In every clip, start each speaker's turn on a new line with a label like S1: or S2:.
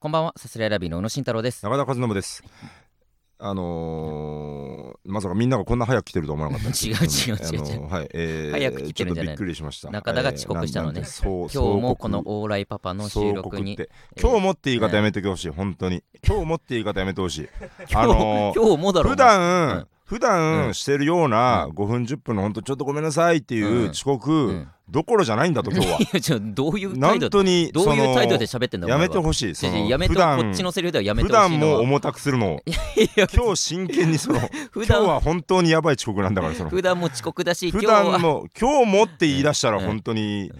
S1: こんばんは、サスレラビーの宇野慎太郎です。
S2: 中田和信です。あのー、まさかみんながこんな早く来てるとは思わなかったです。
S1: 違う違う違う違う
S2: あのーはい、えー、
S1: 早く来てるんじゃない
S2: ちょっとびっくりしました。
S1: 中田が遅刻したのね
S2: えーなんなんてそう、
S1: 今日もこの
S2: 総
S1: オーライパパの
S2: 国
S1: 収録に
S2: 総。国って今日もって言い方やめてほしい、本当に。今日もって言い方やめてほしい。あのー、
S1: 今日もだろ。
S2: 普段、
S1: うん
S2: 普段、
S1: うん
S2: してるような
S1: う
S2: 5分10分の本当ちょっとごめんなさいって
S1: う
S2: い
S1: ん
S2: う遅刻、
S1: お前うん。
S2: どころじゃないんだと今日は
S1: いやちょどういう
S2: な
S1: 態
S2: ん
S1: 度
S2: とに
S1: どういう態度で
S2: そ
S1: 喋ってん
S2: の
S1: だ
S2: やめて
S1: し
S2: ほしい。その
S1: やめて
S2: 普段
S1: こっちのセリフではやめ
S2: 普
S1: てほし
S2: 段
S1: いの
S2: も
S1: は
S2: 重たくするのを
S1: いや
S2: 今日真剣にその
S1: 普
S2: 今日
S1: 段
S2: は本当にやばい遅刻なんだからその
S1: 普段も遅刻だし今
S2: 普
S1: 日は
S2: 段も今日もって言い出したら
S1: うん
S2: 本当に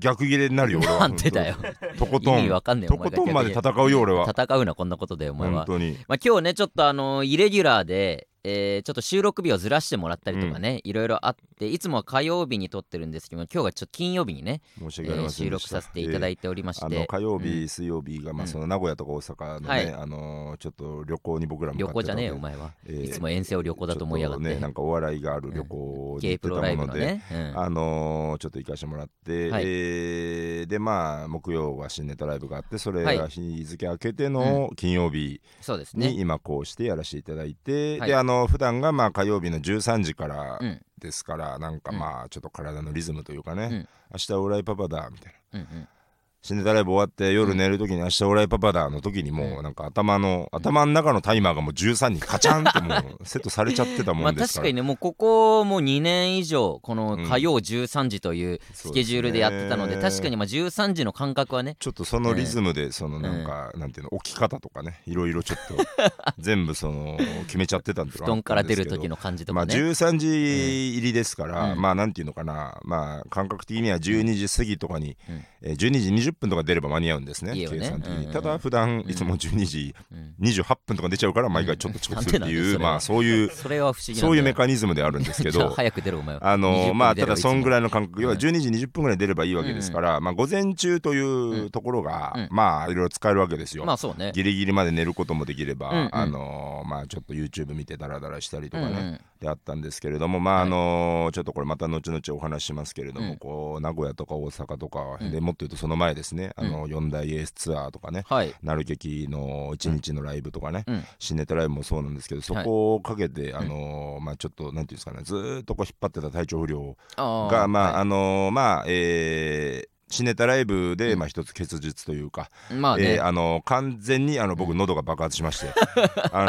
S2: 逆切れになるよ俺は
S1: なんてだよ
S2: とこ
S1: 意
S2: と
S1: 味
S2: ん
S1: わかんねえ
S2: と
S1: お
S2: こ
S1: 前が
S2: とんまで
S1: 逆
S2: 戦うよ俺
S1: に
S2: は
S1: 戦うなこんなことでお前
S2: 本
S1: は
S2: 当に
S1: まあ、今日ねちょっとあのイレギュラーで、えーちょっと収録日をずらしてもらったりとかね、いろいろあっていつもは火曜日に撮ってるんですけど今日がちょっと金曜日にね、
S2: 申し
S1: え
S2: 訳あり
S1: ー
S2: ませ
S1: 収
S2: んで
S1: 録
S2: し
S1: させていただいておりまして、
S2: あの火曜
S1: う
S2: 日水曜日がま
S1: う
S2: あ
S1: ん
S2: その名古屋とか大阪の
S1: はい
S2: ねあのちょっと旅行に僕ら
S1: 旅
S2: 向かって
S1: 行じゃねえよお
S2: たの
S1: 前は、
S2: でえー
S1: いつも遠征を旅行だと思いやがっ
S2: ちょ
S1: て、
S2: とねなんかお笑いがある旅行に
S1: K
S2: 行
S1: プロ
S2: っ
S1: ラ
S2: て
S1: イ
S2: た
S1: ブ
S2: も
S1: の
S2: ので
S1: ね、うん
S2: あのーちょっと行かしてもらって、
S1: はい
S2: えーでまあ木曜は新ネタライブがあってそれ
S1: は
S2: が日付明けての金曜日
S1: そうです
S2: に
S1: ね
S2: 今こうしてやらせていただいて、
S1: はい
S2: であの普段がまあ火曜日の13時から
S1: うん
S2: ですから、なんか
S1: うん
S2: まあちょっと体のリズムというかね、
S1: うん
S2: 明日オーライパパだみたいな
S1: うんうん
S2: 新ネタライブ終わって夜寝る時に明日オーライパパだの時にもうなんか頭の、頭の中のタイマーがもう13にカチャンってもうセットされちゃってた
S1: ま
S2: も
S1: あ
S2: んで
S1: 確
S2: すか、
S1: からにねもうここもう2年以上この火曜13時というスケジュールでやってたので、
S2: そうすね
S1: 確かにまあ13時の感覚はね
S2: ちょっとそのリズムでそのなんか、なんていうの置き方とかねいろいろちょっと 全部その決めちゃってたんです
S1: 布団から出る時の感じと
S2: ま
S1: か
S2: あ
S1: ね、
S2: 13時入りですから、
S1: うん
S2: まあなんていうのかなまあ感覚的には12時過ぎとかに、
S1: うん
S2: えー12時20分とか出れば間に合うんですね
S1: いいよね
S2: 計算的
S1: うんう
S2: に、
S1: んうん
S2: ただ普段いつも12時
S1: うん
S2: 28分とか出ちゃうから毎回ちょっと遅刻するっていう、
S1: うん
S2: まあそういう
S1: それは 不思議なんだよ
S2: そういうメカニズムであるんです け
S1: じゃあ
S2: ど
S1: 早く出るお前は
S2: あのーまあただそんぐ
S1: らい
S2: らいの感覚要は12時20分ぐらい出ればいいわけですから、まあ午前中というところが、
S1: うん
S2: まあいろいろ使えるわけですよ、
S1: まあそうね
S2: ギリギリまで寝ることもできれば、
S1: うんうん
S2: あのーまあちょっと YouTube 見てダラダラしたりとかね、
S1: うんうん
S2: であったんですけれどもまあ
S1: はい
S2: あのーちょっとこれまた後々お話ししますけれども、
S1: うん
S2: こう名古屋とか大阪とか、
S1: うん
S2: でもっと言うとその前ですね、
S1: うん
S2: あの4大エースツアーとかね、
S1: はい
S2: なる劇の1日のライブとかね、
S1: うん
S2: 新ネタライブもそうなんですけどそこをかけて、あのーまあちょっとなんていうんですかねずーっとこう引っ張ってた体調不良を
S1: あ
S2: がまあ、
S1: あ
S2: あのーまあえーシネタライブで、
S1: うん
S2: まあ、一つ結実というか、
S1: まあね、
S2: えーあのー完全にあの僕喉が爆発しまして、 あ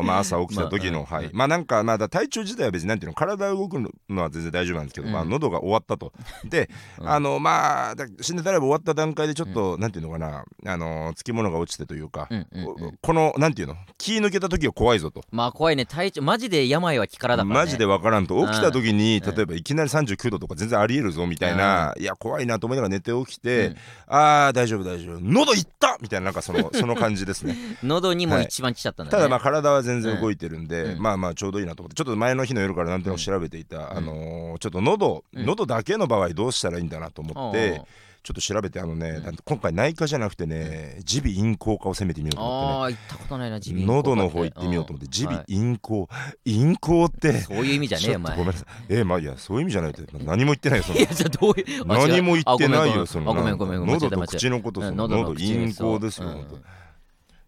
S2: ーまあ、朝起きた時の、
S1: まあ
S2: はい
S1: うん
S2: まあなんか、まあ、だ体調自体は別になんていうの体動くのは全然大丈夫なんですけど、
S1: うん
S2: まあ、喉が終わったとで、
S1: うん
S2: あのまあだシネタライブ終わった段階でちょっと、なんていうのかな、あのーつきものが落ちてというか、
S1: うんうんうん
S2: このなんていうの気抜けた時は怖いぞと
S1: まあ怖いね体調マジで病は気からだから、ね、
S2: マジで分からんと
S1: うん
S2: 起きた時に、
S1: うん
S2: 例えばいきなり39度とか全然ありえるぞみたいな、いや怖いなと思いながら寝て起きて、
S1: うん
S2: あー大丈夫大丈夫喉いったみたいななんかその その感じですね
S1: 喉にも一番来ちゃったんだ
S2: た
S1: ね、
S2: だまあ体は全然動いてるんで、
S1: うん
S2: まあまあちょうどいいなと思ってちょっと前の日の夜から何ていうのを調べていた、
S1: ん
S2: あのーちょっと喉、
S1: うん
S2: 喉だけの場合どうしたらいいんだなと思って、
S1: うん
S2: ちょっと調べてあのね、
S1: うん
S2: なんと今回内科じゃなくてね耳鼻咽喉科を攻めてみようと思ってね
S1: ああ行ったことないな自分
S2: 喉の方行ってみようと思って耳鼻咽喉咽喉って
S1: そういう意味じゃねえよお
S2: ちょ
S1: 前
S2: っとごめんなさい。えーまあいやそういう意味じゃないって何も言ってないよその
S1: いやじゃあどう いうあ違う
S2: 何も言ってないよ
S1: あ
S2: その
S1: ごめんごめんごめん
S2: 喉と
S1: 間違えた
S2: 口のこと
S1: うん
S2: その
S1: 喉の
S2: 喉
S1: 口
S2: 咽喉ですよ
S1: うん
S2: 本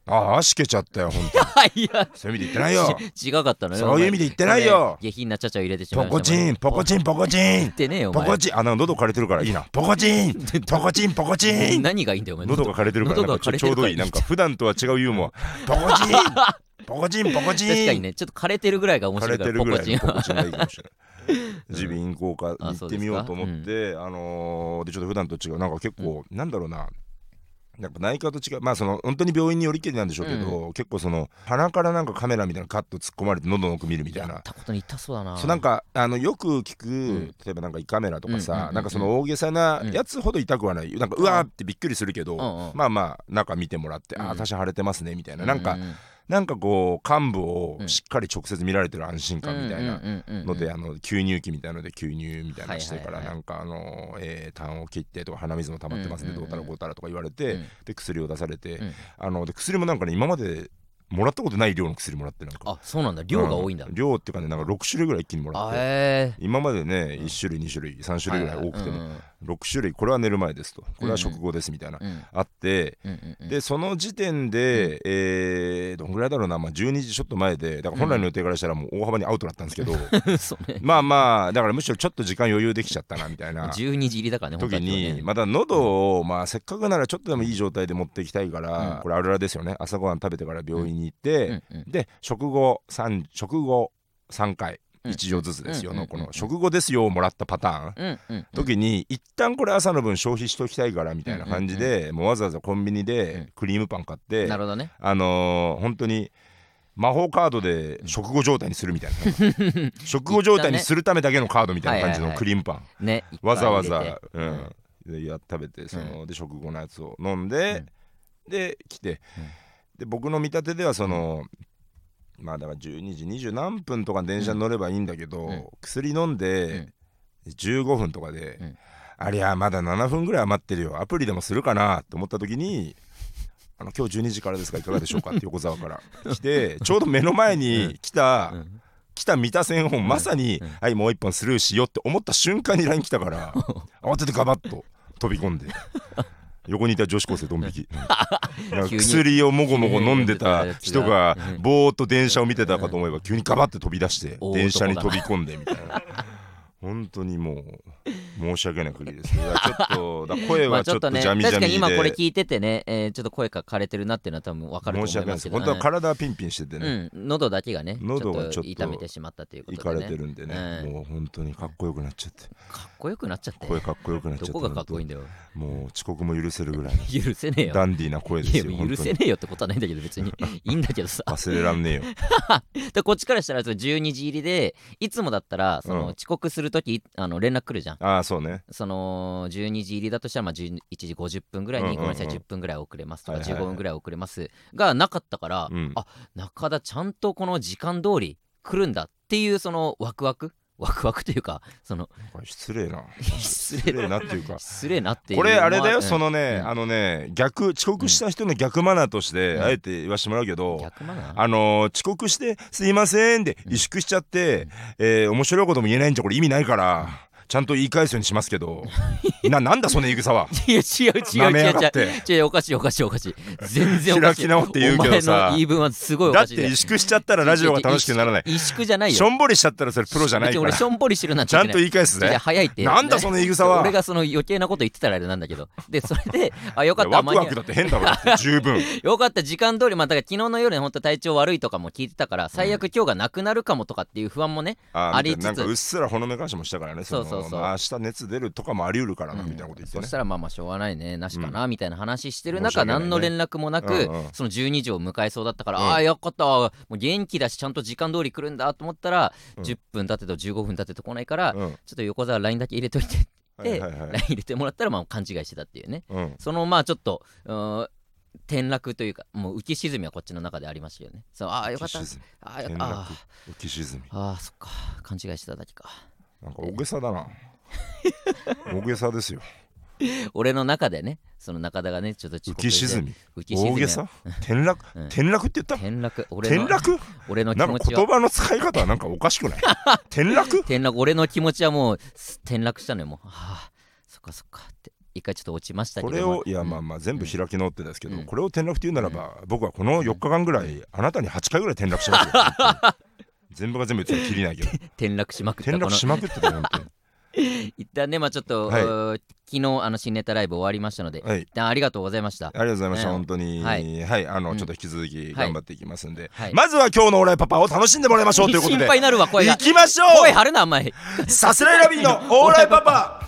S2: 当ああしけちゃったよ本当
S1: 間違え たいや
S2: そういう意味で言ってな いよ
S1: ち違かったのよ
S2: そういう意味で言ってないよ
S1: 下品なちゃちゃを入れてしま
S2: ポ
S1: いました
S2: コチンポコチンポコチン
S1: 言ってねえよお
S2: ポ
S1: 前
S2: コチンあなんか喉枯れてるからいいなポコ チンポコチンポコチン
S1: 何がいいんだよお前
S2: 喉が枯れてるから
S1: 喉
S2: な
S1: が
S2: んかち
S1: 枯
S2: ょ
S1: れ
S2: ち
S1: て
S2: ょ
S1: る
S2: う
S1: から
S2: どいいなんか普段とは違うユーモアポコチン ポコチンポコチン
S1: 確かにねちょっと枯れてるぐらいが面
S2: 枯
S1: 白
S2: れ
S1: いか
S2: て
S1: ら
S2: るぐ
S1: ポ
S2: ら
S1: コ
S2: い
S1: チン
S2: の
S1: は
S2: 心地がいいかもし れない。耳鼻咽喉科
S1: あ
S2: に行ってみようと思
S1: そう
S2: っ
S1: で
S2: て、あのーでちょっと普段と違うなんか結構、なんだろうな。なんか内科と違うまあその本当に病院によりきりなんでしょうけど、結構その鼻からなんかカメラみたいなのカッと突っ込まれて喉の奥見るみたい
S1: やっ
S2: な。
S1: たことに痛そうだな
S2: そうなんかあのよく聞く、
S1: ん
S2: 例えばなんか胃カメラとか
S1: うんうんうん
S2: さ、
S1: うん
S2: なんかその大げさなやつほど痛くはない、なんかうわーってびっくりするけど、
S1: うんうん
S2: まあまあ中見てもらって、
S1: うん
S2: ああ私腫れてますねみたいな、
S1: う
S2: なんかなんかこう幹部をしっかり直接見られてる安心
S1: うんう
S2: 感
S1: ん
S2: みたいな
S1: うんうんうんうん
S2: ので、あの吸入器みたいなので吸入みたいなのしてから、
S1: はいはいはい
S2: なんかあの、えー、痰を切ってとか鼻水も溜まってますね、
S1: うんうんうん
S2: どうたらこうたらとか言われ
S1: う
S2: て
S1: ん
S2: で薬を出されて、
S1: うん
S2: あので薬もなんかね今までもらったことない量の薬もらってなんか
S1: あそうなんだ量が多いんだ、
S2: う量っていうかねなんか6種類ぐらい一気にもら
S1: あ
S2: って。
S1: え
S2: 今までね、
S1: うん
S2: 1種類2種類3種類ぐらい多くても、
S1: うんうん
S2: 6種類これは寝る前ですとこれは食後ですみたいな、
S1: うん
S2: あって
S1: うんうんうん
S2: でその時点で、えーどんぐらいだろうな、まあ、12時ちょっと前でだから本来の予定からしたらもう大幅にアウトだったんですけ ど、
S1: そうね
S2: まあまあだからむしろちょっと時間余裕できちゃったなみたいな
S1: 12時入りだからね本当
S2: 時
S1: は
S2: に
S1: ね
S2: また喉をまあせっかくならちょっとでもいい状態で持っていきたいから、
S1: うん
S2: これあるあるですよね朝ごはん食べてから病院に行って、
S1: うんうん
S2: で食後3食後3回
S1: うん
S2: 1錠ずつですよ
S1: うん
S2: のこ
S1: うん
S2: の食後ですよをもらったパターン
S1: うんうんうん
S2: 時に一旦これ朝の分消費しときたいからみたいな感じでもうわざわざコンビニ
S1: うん
S2: でクリームパン買って
S1: なるほどね
S2: あのー本当に魔法カードで食後状態にするみたいな 食後状態にするためだけのカードみたいな感じ
S1: はいはい
S2: の
S1: はい
S2: クリームパン
S1: ねいっぱい
S2: わざわ
S1: 入れ
S2: ざ
S1: て、
S2: うん、でいや食べてその、で食後のやつを飲んで、で来て、
S1: うん
S2: で僕の見立てではその、まあだから12時20何分とか電車に乗ればいいんだけど、
S1: うん
S2: 薬飲んで、15分とかで、
S1: うん
S2: ありゃまだ7分ぐらい余ってるよアプリでもするかなと思った時に。あの今日12時からですがいかがでしょうかって横澤から 来てちょうど目の前に来た、
S1: うん
S2: 来た三田線をまさに、
S1: うん
S2: はいもう一本スルーしようって思った瞬間に LINE 来たから慌ててガバッと飛び込 んで横にいた女子高生ドン引きなんか
S1: 急に
S2: 薬をもごもご飲んでた人が
S1: うん
S2: ぼーっと電車を見てたかと思えば急にガバッて飛び出して
S1: 大男だな
S2: 電車に飛び込んでみたいな。本当にもう申し訳ない限りです。いやちょっと だから声
S1: まあ
S2: はちょっとジ
S1: ね
S2: ャミジャ
S1: 確か
S2: ミで
S1: に今これ聞いててねえーちょっと声が枯れてるなっていうのは多分わかると
S2: 申し
S1: 思い
S2: 訳ない
S1: ま
S2: ですす。
S1: けど
S2: 本当は体はピンピンしててね。
S1: うん喉だけがね
S2: 喉がちょっと
S1: 痛めてしまったというこ
S2: 行
S1: と
S2: か
S1: で
S2: れ
S1: ね
S2: てるんでね、
S1: うん
S2: もう本当にかっこよくなっちゃって
S1: かっこよくなっちゃって
S2: 声かっこよくなっちゃ
S1: ど
S2: って
S1: こがかっこいいんだよ
S2: もう遅刻も許せるぐらいの
S1: 許せねえよ
S2: ダンディーな声で
S1: い
S2: す
S1: や
S2: よ本
S1: 許
S2: 当
S1: せ
S2: に
S1: ねえよってことはないんだけど別にいいんだけど さ
S2: 忘れらん ねえよ
S1: でこっちからしたらその12時入りでいつもだったらその
S2: うん
S1: 遅刻するときあの連絡来るじゃん
S2: ああそうね
S1: その12時入りだとしたらまあ11時50分ぐらい
S2: うんう
S1: に
S2: ん
S1: ごめんなさい10分ぐらい遅れますとか
S2: はいはいはい
S1: 15分ぐらい遅れますがなかったから
S2: うん
S1: あ中田ちゃんとこの時間通り来るんだっていうそのワクワクワクワクというかそ の
S2: なんか失礼な
S1: 失
S2: 失
S1: 礼
S2: 礼
S1: な
S2: なっていうか
S1: 失礼なっていう
S2: これあれだ
S1: う
S2: よ
S1: ん
S2: そのね
S1: うん
S2: あのね逆遅刻した人の逆マナーとして
S1: うん
S2: あえて言わせてもらうけど
S1: 逆マナー
S2: あのー遅刻して「すいません」で
S1: うん
S2: 萎縮しちゃってえー面白いことも言えないんじゃこれ意味ないからちゃんと言い返すようにします けどななんだその言い草はい
S1: や違う違
S2: な
S1: う
S2: め
S1: 違
S2: や
S1: う違
S2: が
S1: う
S2: って
S1: 違うおかしいおかしいおかしい全然おかしい
S2: 開き直って言うけどさ
S1: お前の言い分はすごいお
S2: だっ
S1: かしい
S2: て萎縮しちゃったらラジオが楽しくならない
S1: 萎縮じゃないよ
S2: しょんぼりしちゃったらそれプロじゃない
S1: 別に
S2: か
S1: 俺
S2: ら
S1: しょんぼりしてるなんて
S2: ちゃんと言い返す
S1: じゃ
S2: ぜ
S1: 早いって
S2: なんだその言い草は
S1: 俺がその余計なこと言ってたらあれなんだけどでそれ であよかっ
S2: い
S1: た
S2: やワ
S1: 間
S2: ク
S1: に合
S2: ワクだって変だろだって十 分
S1: よかった時間通りまあだから昨日の夜に本当体調悪いとかも聞いてたから最悪今日がなくなるかもとかっていう不安もね
S2: あ
S1: ありつつ
S2: なんかうっすらほのめかしもしたからねの
S1: そうそうそう
S2: まあ明日熱出るとかもあり得るからなみたいなこと言って
S1: そ
S2: ね
S1: したらまあまあしょうがないねなしかなみたいな話してる
S2: 申し
S1: 中
S2: 訳ないね
S1: 何の連絡もなく
S2: うんうん
S1: その12時を迎えそうだったから
S2: うん
S1: ああよかったもう元気だしちゃんと時間通り来るんだと思ったら
S2: うん
S1: 10分経ってと15分経ってと来ないから
S2: うん
S1: ちょっと横澤 LINE だけ入れといて
S2: はいはいは
S1: LINE
S2: い
S1: 入れてもらったらまあ勘違いしてたっていうね
S2: うん
S1: そのまあちょっとうーん転落というかもう浮き沈みはこっちの中でありましたよねそうああよか
S2: 浮き
S1: った
S2: 沈
S1: ああよ
S2: み
S1: かっ
S2: 転
S1: た
S2: 落
S1: あ
S2: 浮き沈
S1: ー
S2: み
S1: あーそっか勘違いしてただけか
S2: なんか大げさ だな大げさですよ
S1: 俺の中でねその中田がねちょっと
S2: 浮き沈み
S1: 浮き沈み
S2: 大げさ転落
S1: うん
S2: 転落って言った
S1: 転落俺の
S2: 転落
S1: 俺の
S2: な
S1: 気
S2: ん
S1: 持
S2: か
S1: ち
S2: 言
S1: は
S2: 葉の使い方はなんかおかしくない転落
S1: 転落俺の気持ちはもうす転落したのよもうはあそっかそっかって一回ちょっと落ちましたけ
S2: こ
S1: ど
S2: れをいや
S1: うん
S2: まあまあ全部開き直ってですけど、
S1: うん
S2: これを転落というならば、僕はこの4日間ぐらいあなたに8回ぐらい転落 しますよ本当に全部が全部言ってたらきりないけど
S1: 転落しまくった
S2: 転
S1: この
S2: 落しまくってたよ本当 に
S1: 一旦ねまあちょっと、
S2: はいう
S1: ー昨日あの新ネタライブ終わりましたので、
S2: はい
S1: 一旦ありがとうございました
S2: ありがとうございました、
S1: ね
S2: 本当に
S1: は
S2: はい、あの、
S1: うん
S2: ちょっと引き続き
S1: はい
S2: 頑張っていきますんで、
S1: はい
S2: まずは今日のオーライパパを楽しんでもらいましょうということ
S1: 心
S2: で
S1: 配になるわ声が
S2: 行きましょ
S1: 声
S2: う
S1: 張るなお前
S2: さすらいラビ ーのオーライパパ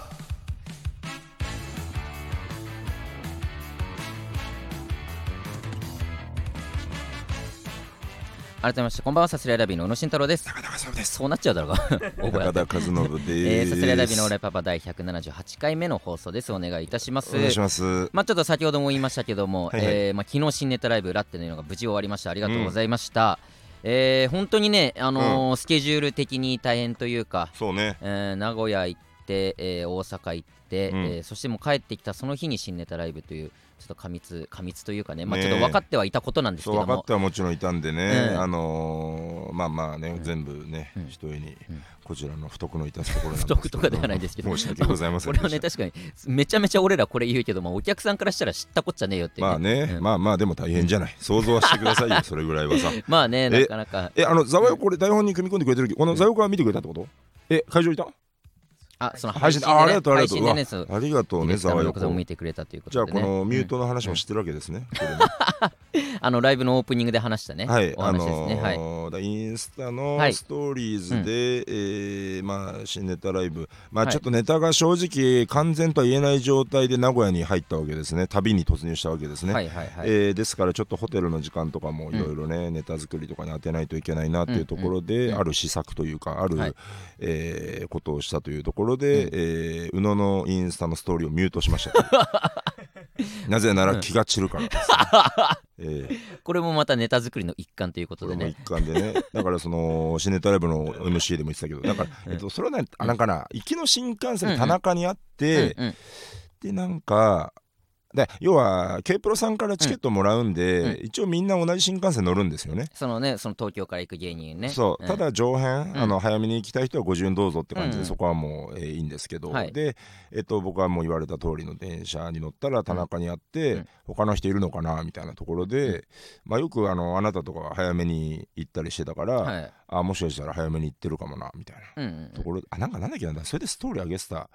S1: 改めましてこんばんはサスレイラビーの宇野慎太郎です
S2: 中田和信です
S1: そうなっちゃうだ ろうが覚えた
S2: 中田和信
S1: えー、
S2: です、
S1: サスレイラビーのオーライパパ第178回目の放送ですお願いいたします
S2: お願いします
S1: まあちょっと先ほども言いましたけども、
S2: はいはい
S1: えーまあ昨日新ネタライブラッテのいうのが無事終わりましたありがとうございました、えー本当にねあのースケジュール的に大変というか、
S2: そうね
S1: えー名古屋行って、えー大阪行って、
S2: うん
S1: えーそしてもう帰ってきたその日に新ネタライブというちょっと過密過密というかね、まあ、ちょっと分かってはいたことなんです
S2: そ
S1: け
S2: う
S1: ど
S2: 分かっ
S1: も
S2: てはもちろんいたんでね、
S1: うん
S2: あのーまあまあね、
S1: ん
S2: 全部ね、
S1: うん
S2: ひとえに
S1: うん
S2: こちらの不徳の致すところなんです
S1: 不
S2: けど
S1: 徳とかではないですけど
S2: 申し訳ございません
S1: こ
S2: で
S1: れ
S2: した
S1: はね確かにめちゃめちゃ俺らこれ言うけど、まあ、お客さんからしたら知ったこっちゃねえよっていう、
S2: まあね、
S1: うん
S2: まあまあでも大変じゃない想像はしてく ださいよそれぐらいはさ
S1: まあね
S2: え
S1: なかなか
S2: えあのざわよこれ台本に組み込んでくれてるけどこのざわよこは見てくれたってことえ会場いた
S1: あその配
S2: 配
S1: 信
S2: 信
S1: で、
S2: で
S1: ね、
S2: あありがとうあり
S1: 配
S2: がとう
S1: 信でねそう
S2: うわありがとう
S1: ディ
S2: ね
S1: レクタ
S2: ざ
S1: ーも
S2: わ
S1: よ
S2: よ
S1: くぞ
S2: こ
S1: 見てくれたというこ
S2: じゃ
S1: とで、
S2: あこ
S1: ね、
S2: のミュートの話も知ってるわけですね、これね
S1: あのライブのオープニングで話したね、
S2: はい、
S1: お話ですね、
S2: あのーだインスタの
S1: はい
S2: ストーリーズで、えーまあ、新ネタライブ、まあ、
S1: はい
S2: ちょっとネタが正直完全とは言えない状態で名古屋に入ったわけですね旅に突入したわけですね、
S1: はい、はいはいはい
S2: えーですからちょっとホテルの時間とかもいろいろね、ネタ作りとかに当てないといけないなっていうところで、ある施策というかある、
S1: はい
S2: えーことをしたというところで、えー宇野のインスタのストーリーをミュートしました なぜなら気が散るからですね、えー
S1: これもまたネタ作りの一環ということ
S2: これ
S1: で
S2: も
S1: ね
S2: 一環でね だからそのシネタライブの MC でも言ってたけどだから、えっと、それはねあなんかな行きの新幹線で田中にあって、
S1: うんうん
S2: でなんかで要は K プロさんからチケットもらうんで、
S1: うん
S2: 一応みんな同じ新幹線乗るんですよね。
S1: そのねその東京から行く芸人ね
S2: そうただ上辺、
S1: ん
S2: あの早めに行きたい人は50円どうぞって感じ
S1: うん
S2: で、そこはもう、えーいいんですけど、
S1: はい
S2: で、えっと、僕はもう言われた通りの電車に乗ったら田中にあって、
S1: うん
S2: 他の人いるのかなみたいなところで、まあ、よくあのあなたとかは早めに行ったりしてたから、
S1: うんはい
S2: あもしかしたら早めに行ってるかもなみたい
S1: うんう
S2: なと
S1: ん
S2: ころ、あなんかなんだっけなんだそれでストーリー上げてた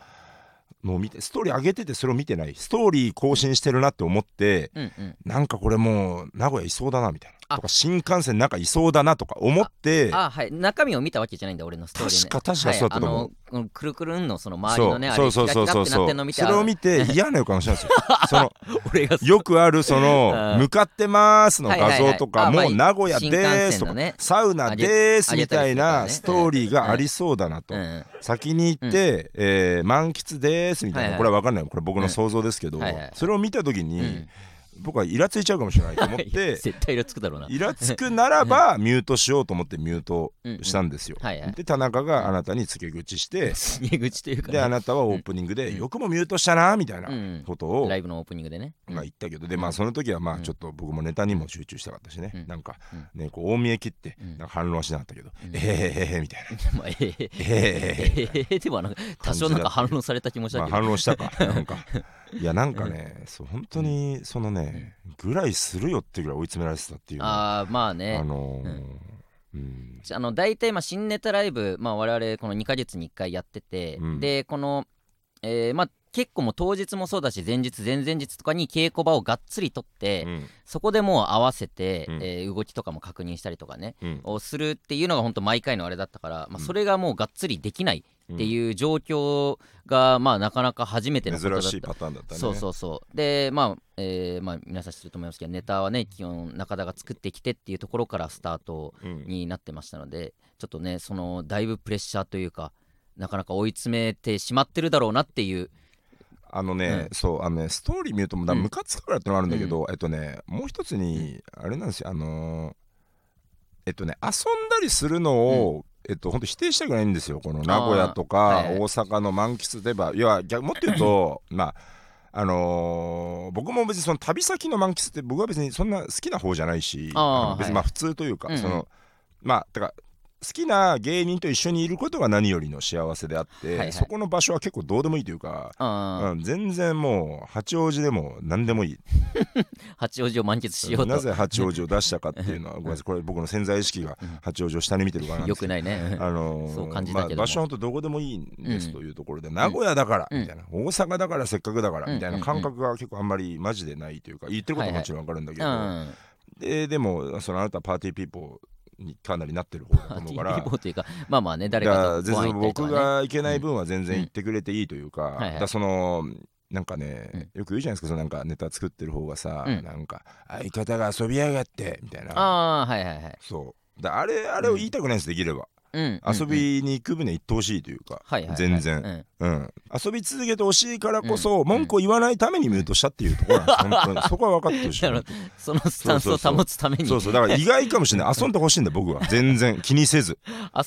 S2: のを見てストーリー上げててそれを見てないストーリー更新してるなって思って
S1: うんうん
S2: なんかこれもう名古屋いそうだなみたい
S1: あ
S2: なとか新幹線なんかいそうだなとか思って
S1: あはい中身を見たわけじゃないんだ俺のストーリーね
S2: 確か確かそうだったと思う
S1: はいあのくるくるんのその周りのねあれ
S2: そうそうそうそう
S1: キラキラってなっ
S2: そ
S1: てんの
S2: う
S1: 見て
S2: それを見 て嫌な予感がしたんですよその
S1: あ俺が
S2: よくあるその
S1: うん
S2: 向かってますの画像とか
S1: はいはいはいあ
S2: もう名古
S1: まあ
S2: 屋です
S1: 新幹線の
S2: とか
S1: ね
S2: サウナですみたい
S1: あ
S2: な
S1: げ
S2: ストーリーがありそうだなと
S1: うんうん
S2: 先に行って、えー満喫ですみたい
S1: はいはい
S2: な、これは分かんないこれ僕の想像ですけど、
S1: うんはいはい
S2: それを見た時に、
S1: うん
S2: 僕はイラついちゃうかもしれないと思っ て
S1: 絶対色つくだろうな
S2: イラつくならばミュートしようと思ってミュートしたんですよ。
S1: うんはいはい
S2: で田中があなたに付け口して
S1: 入り口というか
S2: で
S1: ね
S2: あなたはオープニングで、よくもミュートしたなみたいな
S1: うん
S2: ことを、
S1: ライブのオープニングでね
S2: まあ、言ったけどでまあその時はま
S1: う
S2: あ
S1: ん
S2: ちょっと僕もネタにも集中したかったしね、
S1: うん
S2: なんか
S1: うん
S2: ねこう大見え切って
S1: うん
S2: なんか反論はしなかったけど「
S1: うん
S2: えへへへへ」みたいな
S1: まあええ
S2: 「えへへへへ」
S1: ええ でもなんか多少なんか反論された気もした
S2: まあ、
S1: けど
S2: 反論し たかなんかいやなんかねそう本当にそのねぐらいするよってぐらい追い詰められてたっていうのは
S1: あーまあね
S2: あのーうん
S1: あの大体まあ新ネタライブ、まあ、我々この2ヶ月に1回やってて、
S2: うん
S1: でこの、えーまあ、結構もう当日もそうだし前日前々日とかに稽古場をがっつり取って、
S2: うん
S1: そこでもう合わせて、
S2: うん
S1: えー動きとかも確認したりとかね
S2: うん
S1: をするっていうのが本当毎回のあれだったから、まあ、
S2: うん
S1: それがもうがっつりできないっていう状況が、まあ、なかなか初めてのことだっ
S2: 珍
S1: た
S2: しいパターンだったね
S1: そうそうそうでまあ、えーまあ、皆さん知ってると思いますけどネタはね基本中田が作ってきてっていうところからスタート
S2: うん
S1: になってましたのでちょっとねそのだいぶプレッシャーというかなかなか追い詰めてしまってるだろうなっていう
S2: あのね、そうあのねストーリー見るともうだ
S1: うん
S2: ムカつくからってのもあるんだけど、えっとねもう一つにあれなんですよあのーえっとね遊んだりするのを、えっと本当否定したくないんですよこの名古屋と
S1: あー
S2: か
S1: はい
S2: 大阪の満喫でばいや逆もっと言う とまああのー僕も別にその旅先の満喫って僕は別にそんな好きな方じゃないし
S1: あー
S2: あの
S1: は
S2: 別
S1: い
S2: にまあ普通というか、
S1: うんうん
S2: そのまあだから好きな芸人と一緒にいることが何よりの幸せであって、
S1: はいはい
S2: そこの場所は結構どうでもいいというか、
S1: あー
S2: うん、全然もう八王子でも何でもいい
S1: 八王子を満喫しよう
S2: な
S1: と
S2: ぜ八王子を出したかっていうのはごめんなさいこれ僕の潜在意識が八王子を下に見てるからなんで
S1: よ
S2: すけ
S1: く
S2: ど
S1: ないね
S2: あのー
S1: そう感じたけども
S2: まあ、場所は本当どこでもいいんです
S1: うん
S2: というところで、名古屋だから
S1: うん
S2: みたいな、大阪だからせっかくだから
S1: うん
S2: みたいな感覚が結構あんまりマジでないというか言ってることはもちろんわかるんだけ
S1: う
S2: ど、
S1: ん
S2: ででもそのあなたパーティーピーポーにかなりなってる方だと
S1: パーテ
S2: 思
S1: ィ
S2: う
S1: ー
S2: か
S1: リ
S2: ら
S1: ポーというかまあまあね誰
S2: だ
S1: か
S2: から
S1: とご飯
S2: 全
S1: 行
S2: 然
S1: ったりと
S2: 僕
S1: かね
S2: が行けない分は全然行ってくれていいというか,、
S1: はいはい
S2: だからそのなんかね、
S1: うん
S2: よく言うじゃないですかそのなんかネタ作ってる方がさ、
S1: うん
S2: なんか相方が遊びやがってみたいな
S1: ああはいはいはい
S2: そうだあれあれを言いたくないんです、できれば
S1: うん
S2: 遊びに行く船行ってほしいというか、
S1: はいはいはい
S2: 全然、
S1: うん
S2: うん、遊び続けてほしいからこそ、
S1: うん
S2: 文句を言わないためにミュートしたっていうところなんです本当にそこは分かってほし い
S1: なるほそのスタンスを保つために
S2: そうそうだから意外かもしれない遊んでほしいんだ僕は全然気にせず、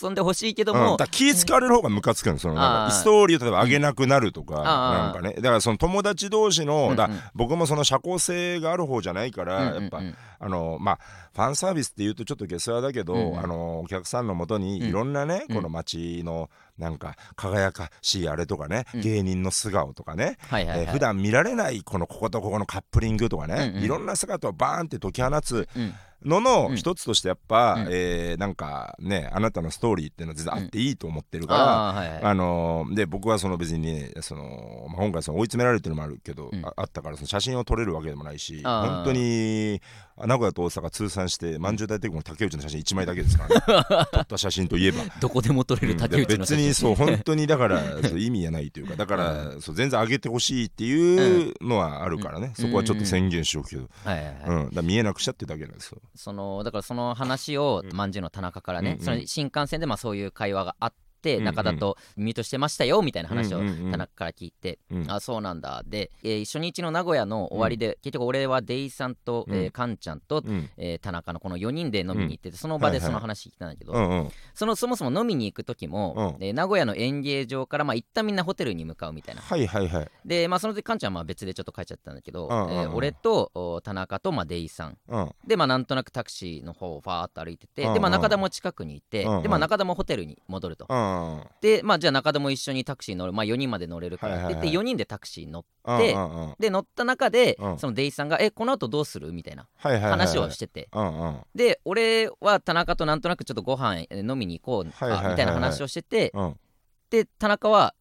S1: 遊んでほしいけ
S2: う
S1: ど
S2: ん、
S1: も
S2: だから気使われる方がムカつくのそのなん
S1: あー
S2: かストーリーを例えば上げなくなるとか、な
S1: あ
S2: ん
S1: ー
S2: かねだからその友達同士の、だ
S1: うんうん
S2: 僕もその社交性がある方じゃないから、
S1: うんうんうん
S2: やっぱあのまあファンサービスっていうとちょっと下世話だけど、
S1: うんうん
S2: あのお客さんのもと
S1: うん
S2: にいろんなね、
S1: うん
S2: この街のなんか輝かしいあれとかね、
S1: うん
S2: 芸人の素顔とかね、
S1: はいはいはい、
S2: えー普段見られないこのこことここのカップリングとかね、
S1: うんうん
S2: いろんな姿をバーンって解き放つ
S1: うん
S2: のの
S1: うん
S2: 一つとしてやっぱ、
S1: うん
S2: えーなんかねあなたのストーリーっていうのは全然あっていいと思ってるから。
S1: あーはいはい
S2: あのーで僕はその別にねその、まあ、今回その追い詰められてるのもあるけど、
S1: うん
S2: ああったからその写真を撮れるわけでもないし
S1: あー
S2: 本当にあ名古屋と大阪通算してまんじゅう大帝国の竹内の写真1枚だけですから ね撮った写真といえば。
S1: どこでも撮れ
S2: う
S1: る
S2: ん
S1: 竹内の写
S2: 別
S1: 真、
S2: にそう本当にだからそう意味がないというかだから、そう全然上げてほしいっていうのはあるからね、そこはちょっと宣言しようけど、
S1: はいはいはい
S2: うんだから見えなくしちゃってだけなんですよ。
S1: そのだからその話を
S2: うん
S1: まんじゅうの田中からね、
S2: うんうん
S1: その新幹線でまあそういう会話があって、
S2: うんうん
S1: 中田とミュートしてましたよみたいな話を
S2: うんうんうん
S1: 田中から聞いて、
S2: うん
S1: あそうなんだで、えー初日の名古屋の終わりで、結局俺はデイさんと、え
S2: う
S1: ー
S2: ん
S1: カンちゃんと、
S2: うん
S1: えー田中のこの4人で飲みに行っててその場でその話聞いたんだけど、
S2: うんうん
S1: そのそもそも飲みに行く時も、
S2: うん
S1: えー名古屋の演芸場からまあ一旦みんなホテルに向かうみたいな
S2: はいはいはい。
S1: でまあその時カンちゃんはまあ別でちょっと帰っちゃったんだけど、
S2: うんうんうん
S1: えー俺とお田中とまあデイさん
S2: うんうん
S1: でまあなんとなくタクシーの方をファーっと歩いてて、
S2: うんうん
S1: でまあ中田も近くにいて、
S2: うんうん
S1: でまあ中田もホテルに戻ると、
S2: うんうん
S1: でまあじゃあ中田も一緒にタクシー乗るまあ4人まで乗れるからって言って、
S2: はいはいは
S1: 4人でタクシー乗って
S2: うんうん
S1: で乗った中で、
S2: うん
S1: そのデイさんが「えこの後どうする?」みたいな
S2: はいはいはい
S1: 話をしてて、
S2: うんうん
S1: で俺は田中となんとなくちょっとご飯え飲みに行こうか、
S2: はいはいはいはい
S1: みたいな話をしてて、
S2: うん
S1: で田中は